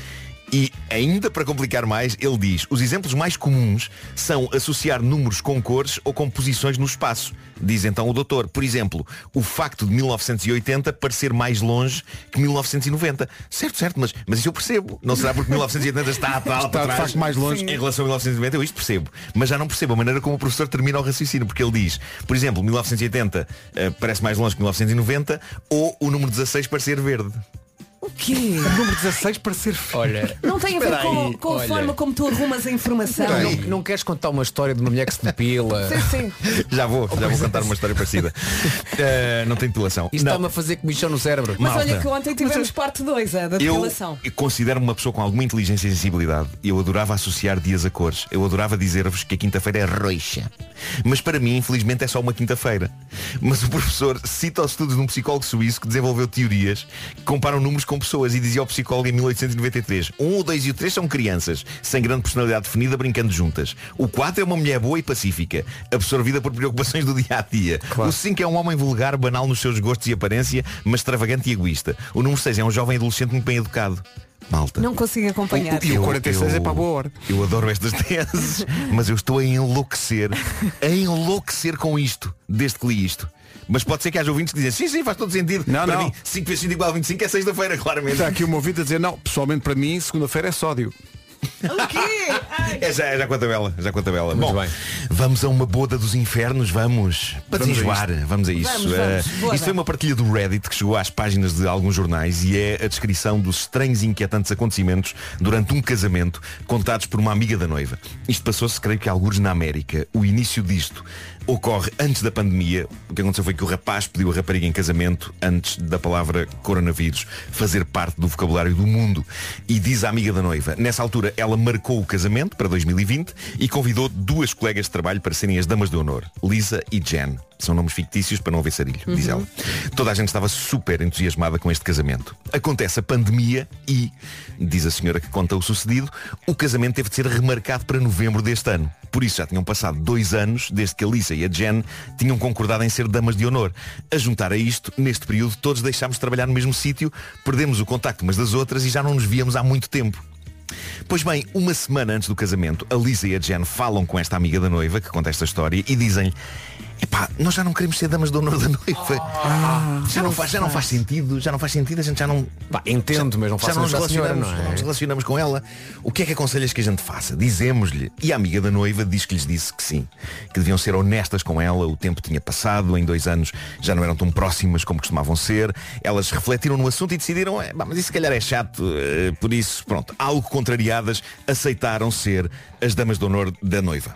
J: E ainda para complicar mais, ele diz Os exemplos mais comuns são associar números com cores ou com posições no espaço Diz então o doutor Por exemplo, o facto de 1980 parecer mais longe que 1990 Certo, certo, mas, mas isso eu percebo Não será porque 1980 está a tal
A: Está, de facto, mais longe.
J: Em relação a 1990 eu isto percebo Mas já não percebo a maneira como o professor termina o raciocínio Porque ele diz, por exemplo, 1980 eh, parece mais longe que 1990 Ou o número 16 parecer verde
D: O quê?
A: Número 16 para ser
K: Olha.
D: Não tem a ver
K: Espera
D: com,
K: aí,
D: com a
K: olha.
D: forma como tu arrumas a informação.
K: Não, não, não queres contar uma história de uma mulher que se depila?
D: Sim, sim.
J: Já vou, já vou contar uma história parecida. Eh, não tem depilação.
K: Isto
A: é
K: está-me a fazer comichão no cérebro.
D: Mas
J: Malta.
D: olha que ontem tivemos parte 2 da
J: eu
D: depilação.
J: eu considero-me uma pessoa com alguma inteligência e sensibilidade. Eu adorava associar dias a cores. Eu adorava dizer-vos que a quinta-feira é roxa. Mas para mim, infelizmente, é só uma quinta-feira. Mas o professor cita os estudos de um psicólogo suíço que desenvolveu teorias que comparam números com pessoas e dizia ao psicólogo em 1893 um, o dois e o três são crianças, sem grande personalidade definida, brincando juntas. O 4 é uma mulher boa e pacífica, absorvida por preocupações do dia a dia. O 5 é um homem vulgar, banal nos seus gostos e aparência, mas extravagante e egoísta. O número 6 é um jovem adolescente muito bem educado. Malta.
D: Não consigo acompanhar.
J: Eu- eu-
A: boa hora.
J: Eu adoro estas teses, mas eu estou a enlouquecer, a enlouquecer com isto, desde que li isto. Mas pode ser que haja ouvintes que dizem, sim, sim, faz todo sentido.
A: Não,
J: Para
A: não.
J: mim, 5 vezes 5 igual a 25 é sexta-feira, claramente.
A: Está aqui uma ouvinte a dizer, não, pessoalmente para mim, segunda-feira é sódio.
J: É já, é já com a tabela, já com a tabela. Bom, Vamos a uma boda dos infernos, vamos. Para
L: Vamos a
J: desenjoar,
L: isto.
J: vamos a isso.
L: Vamos, vamos,
J: Eh,
L: boa.
J: isto foi uma partilha do Reddit que chegou às páginas de alguns jornais e é a descrição dos estranhos e inquietantes acontecimentos durante um casamento contados por uma amiga da noiva. Isto passou-se, creio que alguns na América. O início disto ocorre antes da pandemia. O que aconteceu foi que o rapaz pediu a rapariga em casamento antes da palavra coronavírus fazer parte do vocabulário do mundo. E diz a amiga da noiva, nessa altura ela marcou o casamento para 2020 e convidou duas colegas de trabalho para serem as damas de honor, Lisa e Jen. São nomes fictícios para não haver sarilho, diz ela. Toda a gente estava super entusiasmada com este casamento. Acontece a pandemia e, diz a senhora que conta o sucedido, o casamento teve de ser remarcado para novembro deste ano. Por isso já tinham passado dois anos desde que a Lisa e a Jen tinham concordado em ser damas de honor. A juntar a isto, neste período, todos deixámos de trabalhar no mesmo sítio, perdemos o contacto umas das outras e já não nos víamos há muito tempo. Pois bem, uma semana antes do casamento, a Lisa e a Jen falam com esta amiga da noiva que conta esta história e dizem-lhe Epá, nós já não queremos ser damas de honor da noiva. já, não faz, já não faz sentido, já não faz sentido, a gente já não. Pá,
K: entendo, mas não faço
J: já não nos
K: isso à
J: relacionamos,
K: senhora, não é?
J: não nos relacionamos com ela. O que é que aconselhas que a gente faça? Dizemos-lhe. E a amiga da noiva diz que lhes disse que sim, que deviam ser honestas com ela, o tempo tinha passado, em dois anos já não eram tão próximas como costumavam ser. Elas refletiram no assunto e decidiram, "É, pá, mas isso se calhar é chato, eh, por isso, pronto, algo contrariadas, aceitaram ser as damas de honor da noiva.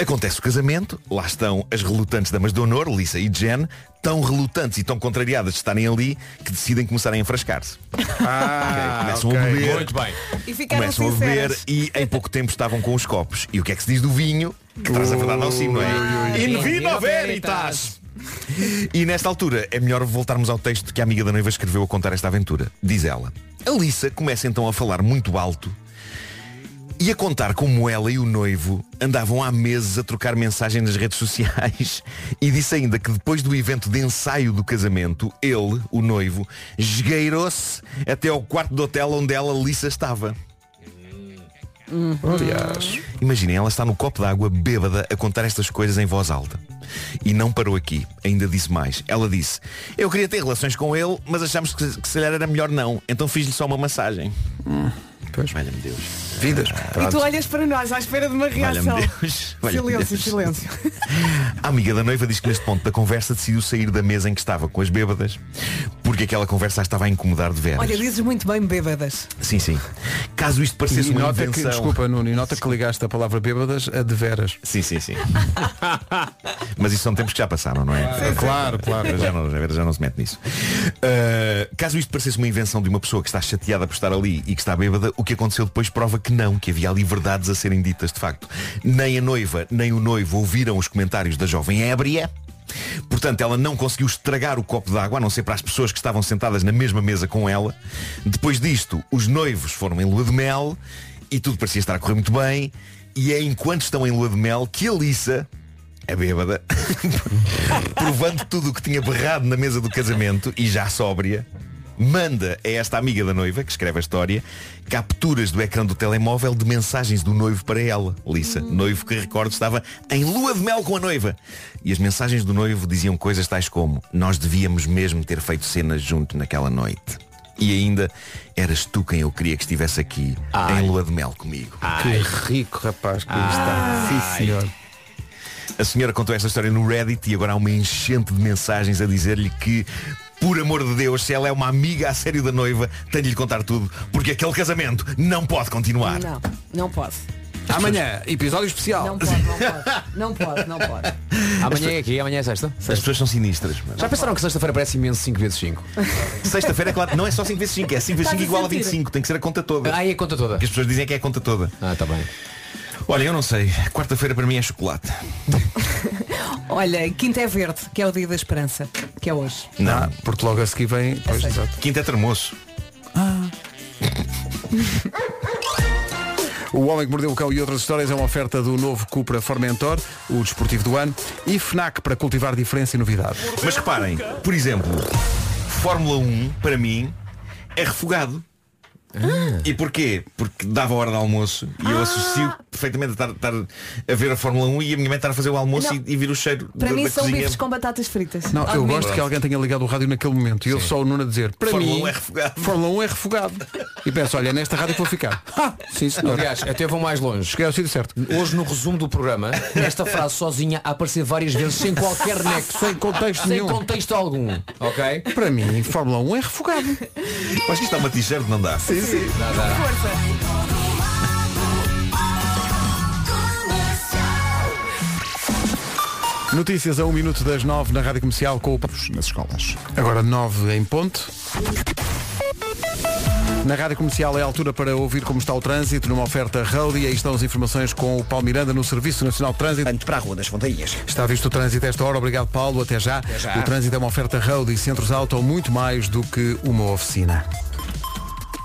J: Acontece o casamento, lá estão as relutantes damas de honor, Lisa e Jen, tão relutantes e tão contrariadas de estarem ali que decidem começar a enfrascar-se. Ok, começam a beber.
D: E ficaram
J: Começam a beber
D: sinceras.
J: e em pouco tempo estavam com os copos. E o que é que se diz do vinho? Que traz a verdade ao cimo, não é? In vino veritas! E nesta altura é melhor voltarmos ao texto que a amiga da noiva escreveu a contar esta aventura. Diz ela. A Lisa começa então a falar muito alto e a contar como ela e o noivo andavam há meses a trocar mensagens nas redes sociais e disse ainda que depois do evento de ensaio do casamento, ele, o noivo, esgueirou-se até ao quarto do hotel onde ela, Lisa, estava. Aliás. Imaginem, ela está no copo d'água, bêbada, a contar estas coisas em voz alta. E não parou aqui, ainda disse mais. Ela disse, eu queria ter relações com ele, mas achámos que, que se calhar era melhor não, então fiz-lhe só uma massagem. Pois. Valha-me Deus. Vidas.
D: E tu olhas para nós à espera de uma
J: Valha-me
D: reação.
J: Deus, valha-me
D: Silêncio,
J: Deus.
D: silêncio.
J: A amiga da noiva diz que neste ponto da conversa decidiu sair da mesa em que estava com as bêbadas, porque aquela conversa a estava a incomodar de veras.
D: Olha, dizes muito bem bêbadas.
J: Sim, sim. Caso isto parecesse
A: E
J: uma
A: nota que,
J: invenção...
A: desculpa Nuno, e nota que ligaste a palavra bêbadas a deveras.
J: Sim, sim, sim. Mas isso são tempos que já passaram, não é?
A: Claro, claro.
J: Já não, já não se mete nisso. Uh, caso isto parecesse uma invenção de uma pessoa que está chateada por estar ali e que está bêbada, o que aconteceu depois prova que não, que havia ali verdades a serem ditas de facto. Nem a noiva, nem o noivo ouviram os comentários da jovem ébria. Portanto, ela não conseguiu estragar o copo d'água, a não ser para as pessoas que estavam sentadas na mesma mesa com ela. Depois disto, os noivos foram em lua de mel e tudo parecia estar a correr muito bem. E é enquanto estão em lua de mel que a Lisa, a bêbada, provando tudo o que tinha berrado na mesa do casamento e já sóbria, manda a esta amiga da noiva, que escreve a história, capturas do ecrã do telemóvel de mensagens do noivo para ela, Lisa. Noivo que, recordo, estava em lua de mel com a noiva. E as mensagens do noivo diziam coisas tais como Nós devíamos mesmo ter feito cenas junto naquela noite. E ainda, eras tu quem eu queria que estivesse aqui, em lua de mel comigo.
A: Que rico rapaz que aí está. Sim, senhor.
J: A senhora contou esta história no Reddit e agora há uma enchente de mensagens a dizer-lhe que, por amor de Deus, se ela é uma amiga a sério da noiva, tenho de lhe contar tudo, porque aquele casamento não pode continuar.
D: Não, não posso.
J: Amanhã,
A: episódio especial.
D: Não pode, não pode. Não pode, não pode.
K: Amanhã é aqui, amanhã é sexta.
J: As pessoas são sinistras. mas-
K: Já pensaram que sexta-feira parece imenso 5 vezes 5
J: Sexta-feira é claro, não é só 5 vezes 5, é 5 vezes
K: Estás
J: 5
K: a
J: igual a
K: sentir?
J: 25, tem que ser a conta toda.
K: Ah, é a conta toda.
J: Porque as pessoas dizem que é a conta toda.
K: Ah, está bem.
J: Olha, eu não sei, quarta-feira para mim é chocolate.
D: Olha, quinta é verde, que é o dia da esperança, que é hoje.
J: Não,
A: Ah, porque logo a seguir vem. Pois, exato.
J: Quinta é termoço.
A: O Homem que Mordeu o Cão e outras histórias é uma oferta do novo Cupra Formentor, o desportivo do ano, e FNAC para cultivar diferença e novidade.
J: Mas reparem, por exemplo, Fórmula 1, para mim, é refogado.
D: Ah.
J: E porquê? Porque dava a hora de almoço e eu associo perfeitamente a estar, estar a ver a Fórmula 1 e a minha mãe estar a fazer o almoço
D: Não.
J: e, e vir o cheiro
D: Para
J: da,
D: mim
J: da
D: são
J: cozinha.
D: bifes com batatas fritas.
A: Não,
D: Ao
A: eu
D: domingo.
A: gosto que alguém tenha ligado o rádio naquele momento e eu sou o Nuno a dizer, para
J: Fórmula
A: mim,
J: 1 é refogado.
A: Fórmula 1 é refogado. e penso, olha, nesta rádio que vou ficar. Ah, sim, senhor.
M: Aliás, até vão mais longe.
A: Cheguei ao sítio certo.
M: Hoje, no resumo do programa, esta frase sozinha a aparecer várias vezes, sem qualquer nexo.
A: Sem contexto
M: sem
A: nenhum.
M: contexto algum. Ok?
A: Para mim, Fórmula 1 é refogado.
J: Acho que isto é uma t-shirt, não dá?
A: Sim, sim.
J: Dá, dá.
A: Notícias a um minuto das nove na Rádio Comercial com o Papos nas escolas. Agora nove em ponto. Na Rádio Comercial é a altura para ouvir como está o trânsito numa oferta Road e aí estão as informações com o Paulo Miranda no Serviço Nacional de Trânsito.
C: Antes para a Rua das Fontainhas.
A: Está visto o trânsito a esta hora. Obrigado, Paulo. Até já.
C: Até já.
A: O trânsito é uma oferta Road e Centros Auto muito mais do que uma oficina.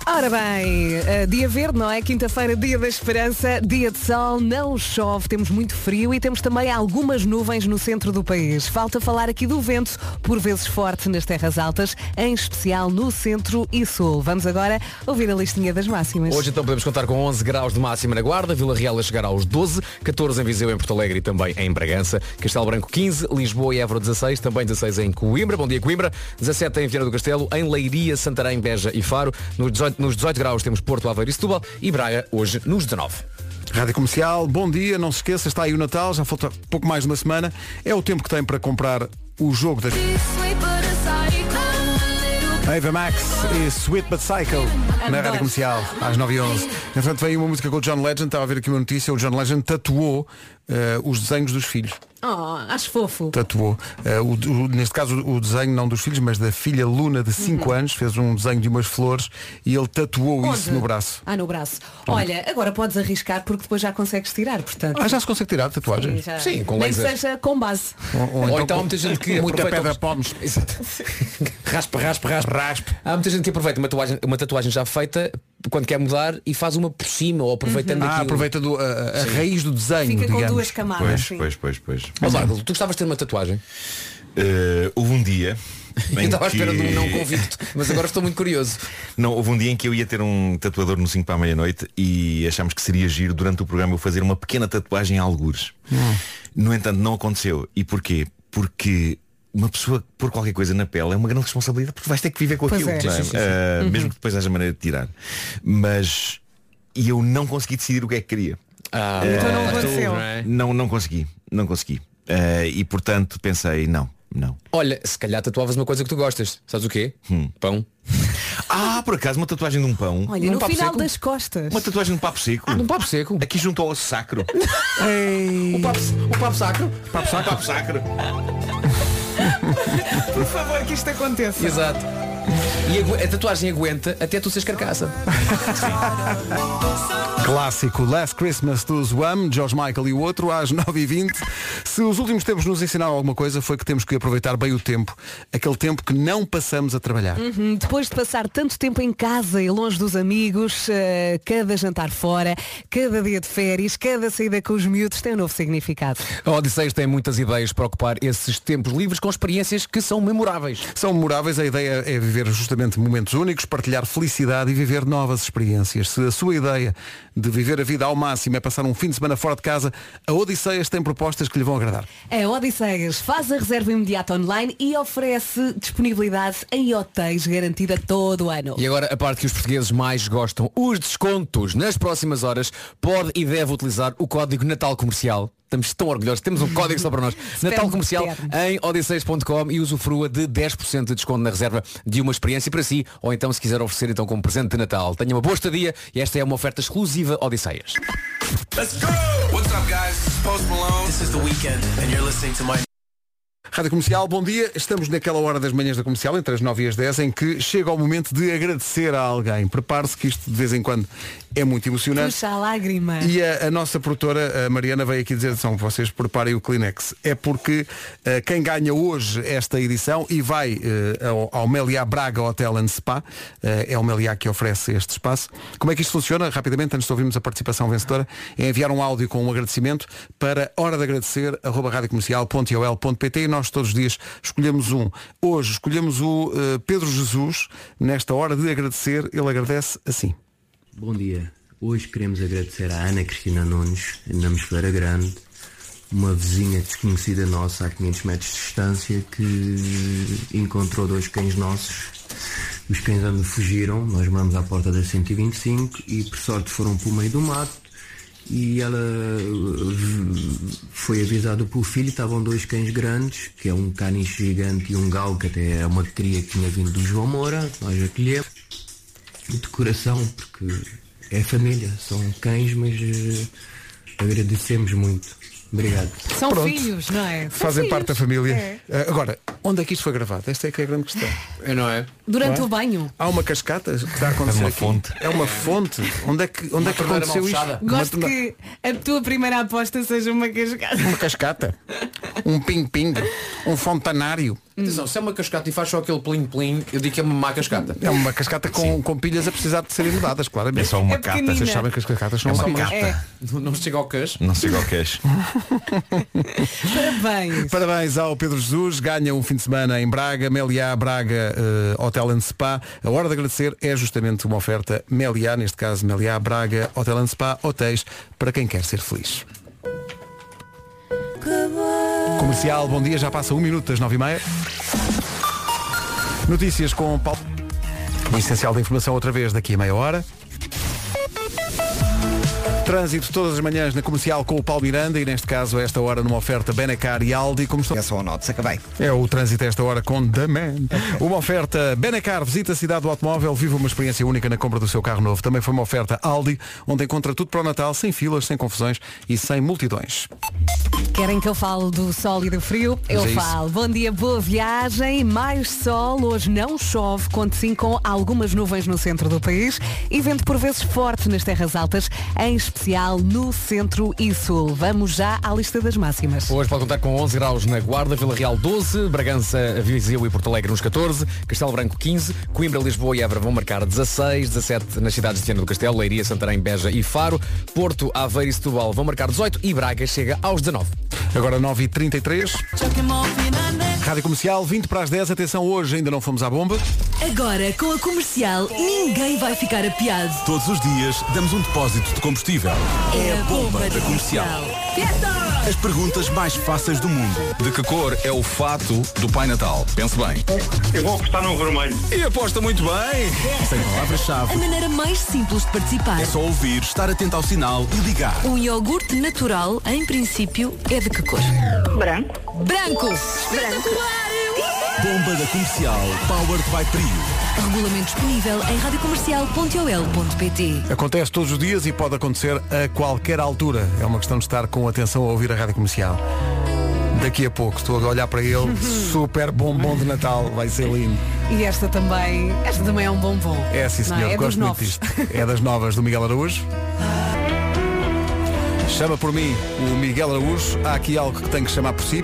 D: Ora bem, eh, dia verde, não é? Quinta-feira, dia da esperança, dia de sol, não chove, temos muito frio e temos também algumas nuvens no centro do país. Falta falar aqui do vento, por vezes forte nas terras altas, em especial no centro e sul. Vamos agora ouvir a listinha das máximas.
K: Hoje então podemos contar com 11 graus de máxima na Guarda, Vila Real a chegar aos 12, 14 em Viseu, em Porto Alegre e também em Bragança, Castelo Branco 15, Lisboa e Évora 16, também 16 em Coimbra, bom dia Coimbra, 17 em Vieira do Castelo, em Leiria, Santarém, Beja e Faro, nos 18, nos 18 graus temos Porto, Aveiro e Setúbal e Braga hoje nos 19.
A: Rádio Comercial, bom dia, não se esqueça, está aí o Natal, já falta pouco mais de uma semana. É o tempo que tem para comprar o jogo das...
O: é
A: Ava Max e Sweet But Psycho na Rádio Comercial, às 9h11. Entretanto, veio uma música com o John Legend, estava a ver aqui uma notícia, o John Legend tatuou eh, os desenhos dos filhos.
D: Oh, acho fofo.
A: Tatuou. Eh, o- o- neste caso, o desenho não dos filhos, mas da filha Luna de 5 anos, fez um desenho de umas flores e ele tatuou isso
D: Uhum. Onde?
A: no braço.
D: Ah, no braço. Olha, agora podes arriscar porque depois já consegues tirar, portanto.
A: Ah, já se consegue tirar tatuagens?
D: já. Nem que seja com base.
A: Ou,
K: Ou então há muita gente que
A: Muita
K: aproveita-
A: pedra pomos.
K: Exato. Raspa, raspa, raspa. Há muita gente que aproveita uma tatuagem, uma tatuagem já feita quando quer mudar e faz uma por cima ou aproveitando
A: Ah,
K: aquilo.
A: aproveita do, a, a- a
K: Sim.
A: raiz do desenho.
D: Fica com
A: digamos.
D: duas camadas,
J: Pois,
D: sim.
J: pois, pois, pois.
K: Mas Marco, tu gostavas de ter uma tatuagem?
J: Eh, houve um dia.
K: Eu
J: em
K: estava à espera de um
J: que-
K: não convicto, mas agora estou muito curioso.
J: Não, houve um dia em que eu ia ter um tatuador no 5 para a meia-noite e achámos que seria giro durante o programa eu fazer uma pequena tatuagem a algures. No entanto, não aconteceu. E porquê? Porque uma pessoa pôr qualquer coisa na pele é uma grande responsabilidade porque vais ter que viver com
K: Pois
J: aquilo.
K: é.
J: não
K: Sim, Uhum. sim, sim,
J: Ah,
K: sim.
J: Mesmo que depois haja maneira de tirar. Mas e eu não consegui decidir o que é que queria.
K: Ah,
J: Eh,
K: então não aconteceu. não é?
J: Não, não consegui. Não consegui. Eh, e portanto pensei, não, não.
K: Olha, se calhar tatuavas uma coisa que tu gostas. Sabes o quê?
A: Hum.
K: Pão.
J: Ah, por acaso, uma tatuagem de um pão.
D: Olha,
J: Um
D: no
J: papo
D: final
J: seco?
D: das costas.
J: Uma tatuagem de papo seco.
K: Um papo seco.
J: Aqui junto ao sacro. um
A: O
K: papo, o papo sacro.
A: Papo sacro.
J: Papo sacro.
D: Por favor, que isto aconteça.
K: Exato. E agu- a tatuagem aguenta até tu seres carcaça.
A: Clássico Last Christmas dos Wham, George Michael e o outro, às 9h20. Se os últimos tempos nos ensinaram alguma coisa, foi que temos que aproveitar bem o tempo. Aquele tempo que não passamos a trabalhar.
D: Uhum, Depois de passar tanto tempo em casa e longe dos amigos, eh, cada jantar fora, cada dia de férias, cada saída com os miúdos tem um novo significado.
K: A Odisseias tem muitas ideias para ocupar esses tempos livres com experiências que são memoráveis.
A: São memoráveis, a ideia é viver justamente momentos únicos, partilhar felicidade e viver novas experiências. Se a sua ideia de viver a vida ao máximo é passar um fim de semana fora de casa, a Odisseias tem propostas que lhe vão agradar.
D: A Odisseias faz a reserva imediata online e oferece disponibilidade em hotéis garantida todo o ano.
K: E agora a parte que os portugueses mais gostam, os descontos. Nas próximas horas pode e deve utilizar o código Natal Comercial. Estamos tão orgulhosos, temos um código só para nós. Natal Comercial em odisseis.com e usufrua de 10% de desconto na reserva de uma experiência para si, ou então se quiser oferecer então como presente de Natal. Tenha uma boa estadia e esta é uma oferta exclusiva Odisseias.
L: Let's go! What's up, guys? This is Post Malone. This is The Weekend, and you're listening to my...
A: Rádio Comercial, bom dia. Estamos naquela hora das manhãs da comercial, entre as 9 e as 10, em que chega o momento de agradecer a alguém. Prepare-se que isto de vez em quando é muito emocionante.
D: Puxa a lágrima.
A: E a, a nossa produtora, a Mariana, veio aqui dizer, são vocês preparem o Kleenex. É porque eh, quem ganha hoje esta edição e vai eh, ao, ao Meliá Braga Hotel and Spa, eh, é o Meliá que oferece este espaço. Como é que isto funciona? Rapidamente, antes de ouvirmos a participação vencedora, é enviar um áudio com um agradecimento para hora de agradecer, arroba radiocomercial.ol.pt e nós todos os dias escolhemos um. Hoje escolhemos o eh, Pedro Jesus, nesta hora de agradecer, ele agradece assim.
N: Bom dia. Hoje queremos agradecer à Ana Cristina Nunes, na Mosqueira Grande, uma vizinha desconhecida nossa a 500 metros de distância que encontrou dois cães nossos Os cães onde fugiram, nós moramos à porta da 125 e por sorte foram para o meio do mato e ela uh, v- foi avisada pelo filho, estavam dois cães grandes, que é um caniche gigante e um gal, que até é uma cria que tinha vindo do João Moura, nós acolhemos de coração, porque é família, são cães, mas eh, agradecemos muito. Obrigado.
P: São filhos, não é? São
A: Fazem
P: filhos.
A: parte da família.
P: É.
A: Ah, Agora, onde é que isto foi gravado? Esta é que é a grande questão.
M: Não é?
P: Durante o banho.
A: Há uma cascata que está a acontecer
J: É uma
A: aqui.
J: fonte.
A: É uma fonte. Onde é que, onde
M: Uma
A: é que
M: torneira
A: aconteceu
M: mal
A: isto?
M: fechada.
P: Gosto
A: Uma-
P: que a tua primeira aposta seja uma cascada.
A: Uma cascata, um ping-ping, um fontanário.
M: Atenção, se é uma cascata e faz só aquele plim-plim, eu digo que é uma má cascata.
A: É uma cascata com, com pilhas a precisar de serem mudadas, claramente.
J: É só uma
M: É
J: cata.
M: pequenina.
A: Vocês sabem que as cascatas
J: É
A: não
J: uma
A: são
J: cata. É.
M: Não, não chega ao queixo.
J: Não chega ao queixo.
P: Parabéns.
A: Parabéns ao Pedro Jesus, ganha um fim de semana em Braga, Meliá, Braga, eh, Hotel and Spa. A hora de agradecer é justamente uma oferta Meliá, neste caso Meliá, Braga, Hotel and Spa, hotéis para quem quer ser feliz. Comercial, bom dia, já passa um minuto das nove e meia. Notícias com Paulo. O essencial da informação outra vez daqui a meia hora. Trânsito todas as manhãs na comercial com o Paulo Miranda e neste caso a esta hora numa oferta Benacar e Aldi. Como estão? É
C: só notes, acabei.
A: É o trânsito a esta hora com The Man. Uma oferta Benacar, visita a cidade do automóvel, vive uma experiência única na compra do seu carro novo. Também foi uma oferta Aldi, onde encontra tudo para o Natal, sem filas, sem confusões e sem multidões.
D: Querem que eu fale do sol e do frio? Eu
A: Mas é isso.
D: falo. Bom dia, boa viagem. Mais sol, hoje não chove, conte sim com algumas nuvens no centro do país e vento por vezes forte nas terras altas, em especial no centro e sul. Vamos já à lista das máximas.
K: Hoje pode contar com 11 graus na Guarda, Vila Real 12, Bragança, Viseu e Porto Alegre nos 14, Castelo Branco 15, Coimbra, Lisboa e Évora vão marcar 16, 17 nas cidades de Viana do Castelo, Leiria, Santarém, Beja e Faro, Porto, Aveiro e Setúbal vão marcar 18 e Braga chega aos 19.
J: Tá
A: Agora 9h33. Rádio Comercial, 20 para as 10. Atenção, hoje ainda não fomos à bomba.
O: Agora, com a comercial, ninguém vai ficar a piado.
L: Todos os dias damos um depósito de combustível.
O: É a bomba
L: da
O: da
L: comercial.
O: comercial.
L: As perguntas mais fáceis do mundo. De que cor é o fato do Pai Natal? Pense bem. Eu vou apostar no vermelho. E aposta muito bem. Sem
O: A
L: palavras-chave.
O: maneira mais simples de participar.
L: É só ouvir, estar atento ao sinal e ligar.
O: Um iogurte natural, em princípio, é de que cor? Branco. Branco! Espetacular!
L: Bomba da comercial. Powered by Prio.
O: Regulamento disponível em radiocomercial.ol.pt
A: Acontece todos os dias e pode acontecer a qualquer altura. É uma questão de estar com atenção a ouvir a rádio comercial. Daqui a pouco estou a olhar para ele. Super bombom de Natal. Vai ser lindo.
D: E esta também, esta também é um bombom.
A: É sim,
D: Não
A: senhor.
D: É, É dos
A: Gosto muito
D: novos.
A: disto. É das novas do Miguel Araújo. Chama por mim o Miguel Araújo. Há aqui algo que tem que chamar por si.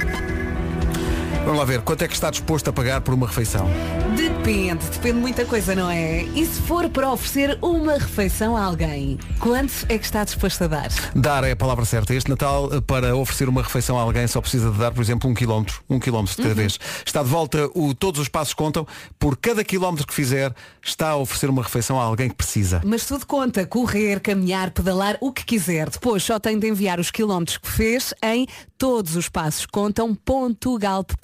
A: Vamos lá ver. Quanto é que está disposto a pagar por uma refeição?
D: Depende, depende muita coisa, não é? E se for para oferecer uma refeição a alguém, quanto é que está disposto a dar?
A: Dar é a palavra certa. Este Natal, eh, para oferecer uma refeição a alguém, só precisa de dar, por exemplo, um quilómetro. Um quilómetro de
D: Uhum.
A: cada vez. Está de volta o Todos os Passos Contam. Por cada quilómetro que fizer, está a oferecer uma refeição a alguém que precisa.
D: Mas tudo conta, correr, caminhar, pedalar, o que quiser. Depois só tem de enviar os quilómetros que fez em todos os passos contam.galp.com.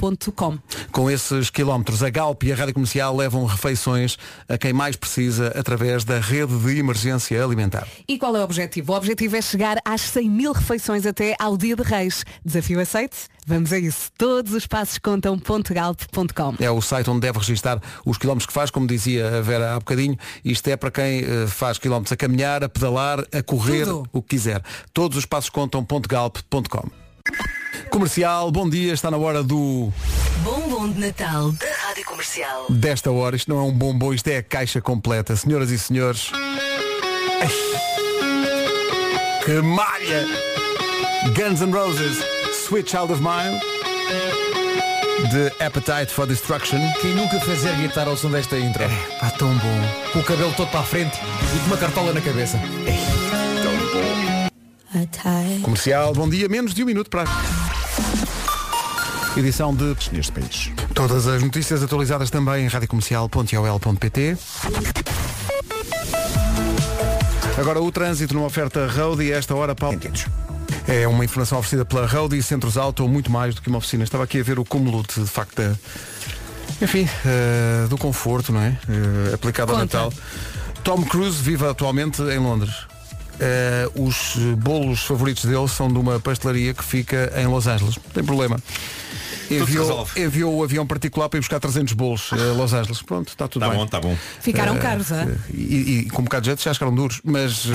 A: Com esses quilómetros, a Galp e a Rádio Comercial levam refeições a quem mais precisa através da rede de emergência alimentar.
D: E qual é o objetivo? O objetivo é chegar às 100 mil refeições até ao dia de reis. Desafio aceite? Vamos a isso. Todos os passos contam.galp.com.
A: É o site onde deve registrar os quilómetros que faz, como dizia a Vera há bocadinho. Isto é para quem eh, faz quilómetros a caminhar, a pedalar, a correr,
D: Tudo.
A: o que quiser. Todos os passos contam.galp.com. Comercial, bom dia, está na hora do.
O: Bombom de Natal da Rádio Comercial.
A: desta hora. Isto não é um bombom, isto é a caixa completa. Senhoras e senhores. Ai, Que malha! Guns N' Roses, Sweet Child of Mine. De Appetite for Destruction.
K: Quem nunca fazer guitarra ao som desta intro? É,
A: pá, tão bom.
K: Com o cabelo todo para a frente e com uma cartola na cabeça.
A: Comercial, bom dia, menos de um minuto para. Edição de Neste País. Todas as notícias atualizadas também em radiocomercial.ol.pt Agora o trânsito numa oferta Roadie, a esta hora, Paulo. É uma informação oferecida pela Roadie, Centros Auto, muito mais do que uma oficina. Estava aqui a ver o cúmulo de, de facto, da, Enfim, eh, do conforto, não é? Eh, aplicado ao
Q: Conta.
A: Natal. Tom Cruise vive atualmente em Londres. Eh, os bolos favoritos dele são de uma pastelaria que fica em Los Angeles. Não tem problema.
J: Tudo se
A: Enviou,
J: resolve.
A: enviou o avião particular para ir buscar 300 bolos eh, a Los Angeles. Pronto, está tudo
J: Tá
A: bem.
J: bom, tá bom.
P: Ficaram
A: Eh,
P: caros, é?
A: E, e com um bocado de jeito já ficaram duros, mas, eh,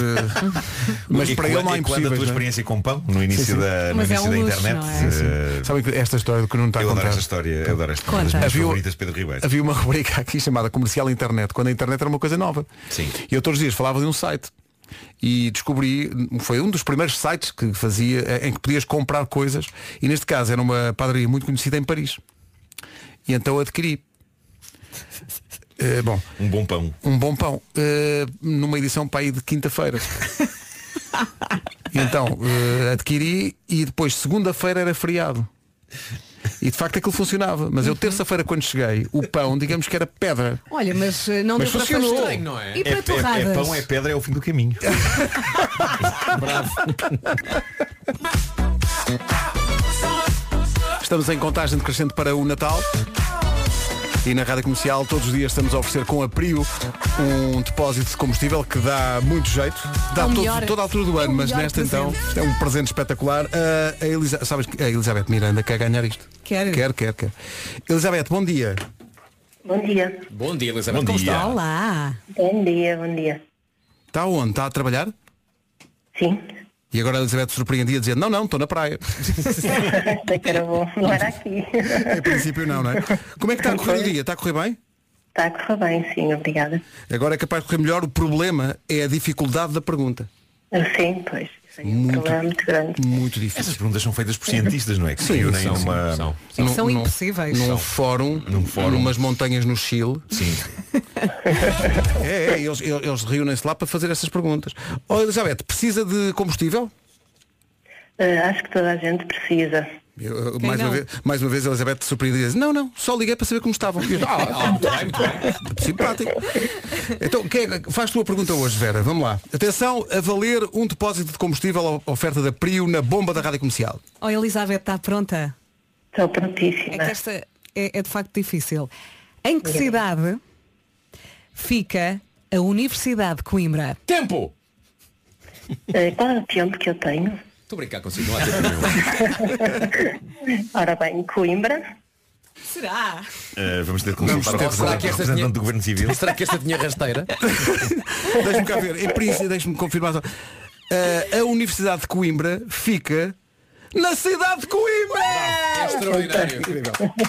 A: mas
J: E
A: para
J: quando-
A: ele não é
J: e quando a
A: impossível.
J: tua experiência com pão, no início da- no Mas é início um da luxo, internet, não é? eh,
A: Sabem que esta história do que não está
J: Eu
A: a
J: adoro
A: contar.
J: esta história, eu adoro esta
A: Conta.
J: das minhas
A: Havia- um-
J: favoritas, de Pedro Ribeiro.
A: Havia uma rubrica aqui chamada Comercial Internet, quando a internet era uma coisa nova.
J: Sim.
A: E eu todos os dias falava de um site. E descobri, foi um dos primeiros sites que fazia, eh, em que podias comprar coisas. E neste caso era uma padaria muito conhecida em Paris. E então adquiri. Eh, bom,
J: Um bom pão.
A: um bom pão. eh, numa edição para aí de quinta-feira. E então, eh, adquiri e depois segunda-feira era feriado. E de facto aquilo funcionava. Mas eu terça-feira quando cheguei, o pão, digamos que era pedra.
D: Olha, mas eh, não
A: Mas
D: deu para
A: funcionou.
D: fazer.
A: Não é?
D: E para
A: É- é- é
D: torradas?
J: Pão é pedra, é o fim do caminho.
A: Estamos em contagem decrescente para o Natal. E na Rádio Comercial todos os dias estamos a oferecer com a Prio um depósito de combustível que dá muito jeito. Dá
Q: É o
A: todo-
Q: melhor.
A: toda a altura do
Q: É
A: ano,
Q: o
A: mas
Q: melhor
A: nesta então
Q: presente.
A: é um presente espetacular. Ah, a Elisa, sabes que a Elizabeth Miranda quer ganhar isto.
P: Quer.
A: Quer, quer, quer. Elizabeth, bom dia.
R: Bom dia.
K: Bom dia, Elizabeth.
A: Bom
K: Como
A: dia.
K: está?
P: Olá.
R: Bom dia, bom dia.
A: Está onde? Está a trabalhar?
R: Sim.
A: E agora a Elizabeth surpreendia dizendo, não, não, estou na praia.
R: Sei que era bom. Não era aqui.
A: em princípio não, não é? Como é que está a correr o dia? Está a correr bem?
R: Está a correr bem, sim, obrigada.
A: Agora é capaz de correr melhor, o problema é a dificuldade da pergunta.
R: Sim, pois.
A: Muito,
R: problema muito grande.
A: muito difícil.
J: Essas perguntas são feitas por cientistas, não é? Que
A: Sim,
J: reúnem
A: são,
J: uma... são.
A: Num-
D: São
A: num-
D: impossíveis.
A: Num
D: São.
A: fórum,
J: Num fórum.
A: numas montanhas no Chile.
J: Sim.
A: é, é, eles, eles- eles reúnem-se lá para fazer essas perguntas. Oh, Elizabeth, precisa de combustível?
R: Eh, acho que toda a gente precisa.
A: Eu, eu,
R: Quem
A: mais, uma
R: não?
A: vez, mais uma vez a Elizabeth surpreendeu e diz, não, não, só liguei para saber como estavam. E eu, ah, muito bem, muito bem. Simpático. Então, quem é que- faz tua pergunta hoje, Vera. Vamos lá. Atenção a valer um depósito de combustível a oferta da Prio na bomba da Rádio Comercial.
D: Oh, Elizabeth, está pronta?
R: Estou prontíssima.
D: É que esta é, é de facto difícil. Em que cidade fica a Universidade de Coimbra?
K: Tempo!
R: Eh, qual é o tempo que eu tenho?
K: Estou a brincar consigo, não há tempo nenhum.
R: Ora bem, Coimbra.
D: Será?
J: Eh, vamos ter de
K: Vamos
J: consultar
K: ter
J: o
K: de falar que esta
J: representante
K: tinha-
J: do Governo Civil.
K: Será que esta tinha rasteira?
A: Deixa-me cá ver. Em princípio, deixa-me confirmar. só. Ah, a Universidade de Coimbra fica na cidade de Coimbra!
K: É extraordinário.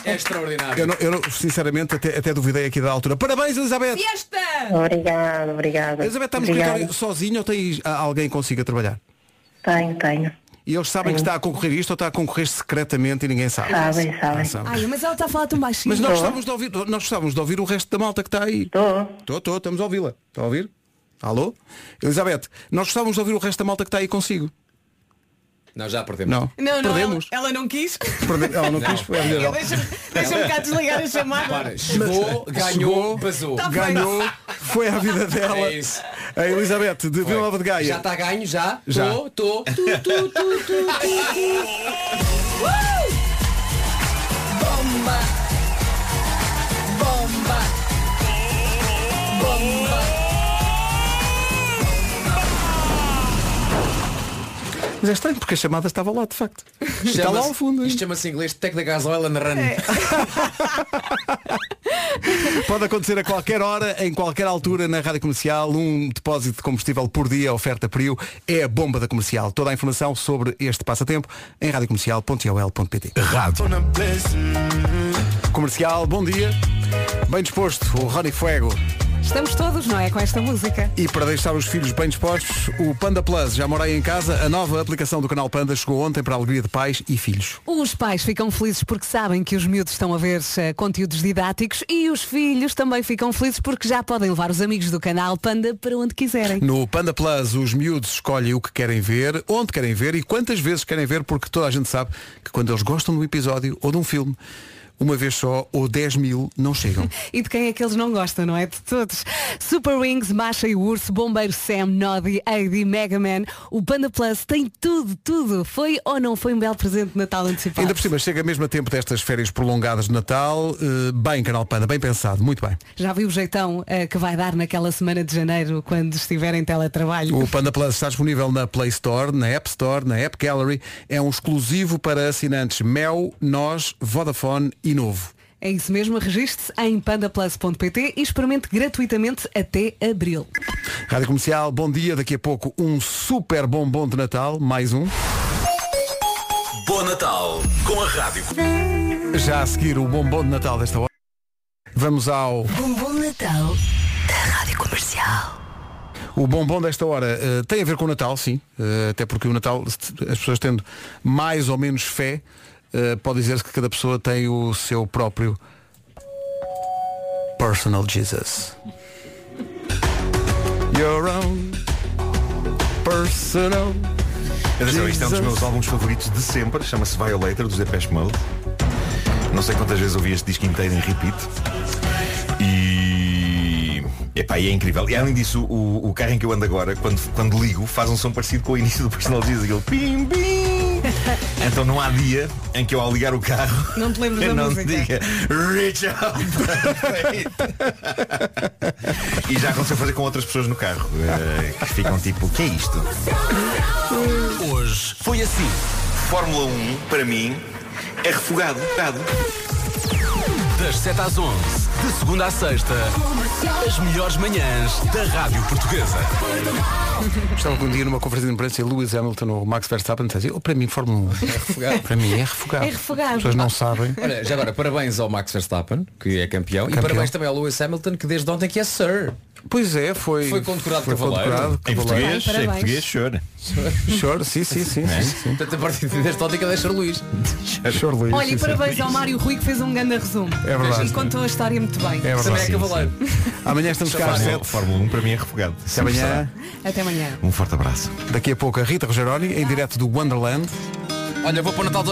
K: É extraordinário.
A: Eu, não- eu não- sinceramente até, até duvidei aqui da altura. Parabéns, Elizabeth!
D: Fiesta!
R: Obrigada, obrigada.
A: Elizabeth, está no
R: Obrigada.
A: escritório sozinha ou tem ah, alguém consiga trabalhar?
R: Tenho, tenho.
A: E eles sabem que está a concorrer isto ou está a concorrer secretamente e ninguém sabe?
R: Sabem, sabem.
A: Ah,
D: Ai, mas ela está a falar tão baixinho.
A: Mas nós gostávamos, de ouvir, nós gostávamos de ouvir o resto da malta que está aí.
R: Estou.
A: Estou, estou, estamos a ouvi-la. Está a ouvir? Alô? Elizabeth, nós gostávamos de ouvir o resto da malta que está aí consigo.
K: Não, já perdemos. Não.
P: Não, não, ela,
A: Perdemos.
P: ela não quis.
A: Perde- Ela não, quis. foi a mulher dela.
P: Deixa-me deixa cá desligar a chamada.
K: Repara, chegou, ganhou,
A: Chegou,
K: passou.
P: Tá feito.
A: ganhou, foi a vida dela.
K: É isso.
A: a Elizabeth, de Vila Nova de Gaia.
K: Já tá- está ganho, já?
A: Já. Tá
K: Tô, tô. Tu, tu, tu, tu,
B: Bomba! Bomba! Bomba!
A: Mas é estranho porque a chamada estava lá, de facto.
K: tu.
A: Está lá ao
K: Chama-se-
A: fundo.
K: Isto chama-se em inglês Tech da Gasoil and Run.
A: Pode acontecer a qualquer hora, em qualquer altura, na rádio comercial. Um depósito de combustível por dia, oferta Priu, é a bomba da comercial. Toda a informação sobre este passatempo em radiocomercial.ol.pt. Rádio. Comercial, bom dia. Bem disposto, o Rony Fuego.
D: Estamos todos, não é? Com esta música.
A: E para deixar os filhos bem dispostos, o Panda Plus já morei em casa. A nova aplicação do canal Panda chegou ontem para a alegria de pais e filhos.
D: Os pais ficam felizes porque sabem que os miúdos estão a ver eh, conteúdos didáticos e os filhos também ficam felizes porque já podem levar os amigos do canal Panda para onde quiserem.
A: No Panda Plus, os miúdos escolhem o que querem ver, onde querem ver e quantas vezes querem ver, porque toda a gente sabe que quando eles gostam de um episódio ou de um filme, uma vez só ou 10 mil não chegam.
D: E de quem é que eles não gostam, não é? De todos. Super Wings, Masha e Urso, Bombeiro Sam, Noddy, AD, Mega Man, o Panda Plus, tem tudo, tudo. Foi ou não foi um belo presente de Natal antecipado?
A: Ainda por cima, chega mesmo a tempo destas férias prolongadas de Natal. Eh, bem, Canal Panda, bem pensado, muito bem.
D: Já viu o jeitão eh, que vai dar naquela semana de janeiro quando estiver em teletrabalho?
A: O Panda Plus está disponível na Play Store, na App Store, na App Gallery. É um exclusivo para assinantes Mel, Nós, Vodafone e Novo.
D: É isso mesmo, registre-se em pandaplus.pt e experimente gratuitamente até abril.
A: Rádio Comercial, bom dia. Daqui a pouco um super bombom de Natal, mais um.
L: Bom Natal com a Rádio
A: Já a seguir o bombom de Natal desta hora. Vamos ao...
O: Bombom Um Natal da Rádio Comercial.
A: O bombom desta hora eh, tem a ver com o Natal, sim. Eh, até porque o Natal, as pessoas tendo mais ou menos fé, eh, pode dizer-se que cada pessoa tem o seu próprio personal Jesus. Your own personal.
J: Atenção, isto é um dos
A: Jesus.
J: meus álbuns favoritos de sempre, chama-se Violator, dos Depeche Mode. Não sei quantas vezes ouvi este disco inteiro em repeat. E... Epá, e é incrível. E além disso, o, o carro em que eu ando agora, quando, quando ligo, faz um som parecido com o início do Personal Jesus. Aquele pim, pim. Então não há dia em que eu ao ligar o carro
D: Não te lembro da
J: não
D: música.
J: diga Reach out E já aconteceu fazer com outras pessoas no carro eh, Que ficam tipo, o que é isto? Hoje foi assim Fórmula 1, para mim, é refogado dado.
L: Das 7 às 11, de segunda à sexta, as melhores manhãs da Rádio Portuguesa.
A: Estava um dia numa conferência de imprensa e Lewis Hamilton ou Max Verstappen dizia, oh, para mim Fórmula 1 é refogado. para mim é refogado.
D: É refogado.
A: As pessoas não sabem.
K: Olha, já agora, parabéns ao Max Verstappen, que é campeão,
A: Campeão.
K: e parabéns também ao Lewis Hamilton, que desde ontem que é Sir.
A: Pois é, foi.
K: Foi condecorado
A: foi
K: cavaleiro.
A: condecorado
K: Em
A: cavaleiro.
K: português, Bem, em parabéns. português,
J: chora.
A: Chora, sim, sim, sim.
K: É?
A: sim, sim.
K: Portanto, a partir deste ontem que é Sir Luís.
A: Sir Luís.
D: Olha, e parabéns ao Mário Rui que fez um grande resumo.
A: É verdade.
D: E contou a história muito bem.
A: É verdade. Também é cavaleiro. Amanhã estamos cá às
J: Fórmula,
A: 7.
J: Fórmula 1 para mim é refogado
A: um. Até amanhã.
D: Até amanhã.
J: Um forte abraço.
A: Daqui a pouco a Rita Rogeroni, em direto do Wonderland.
K: Olha, vou para o Natal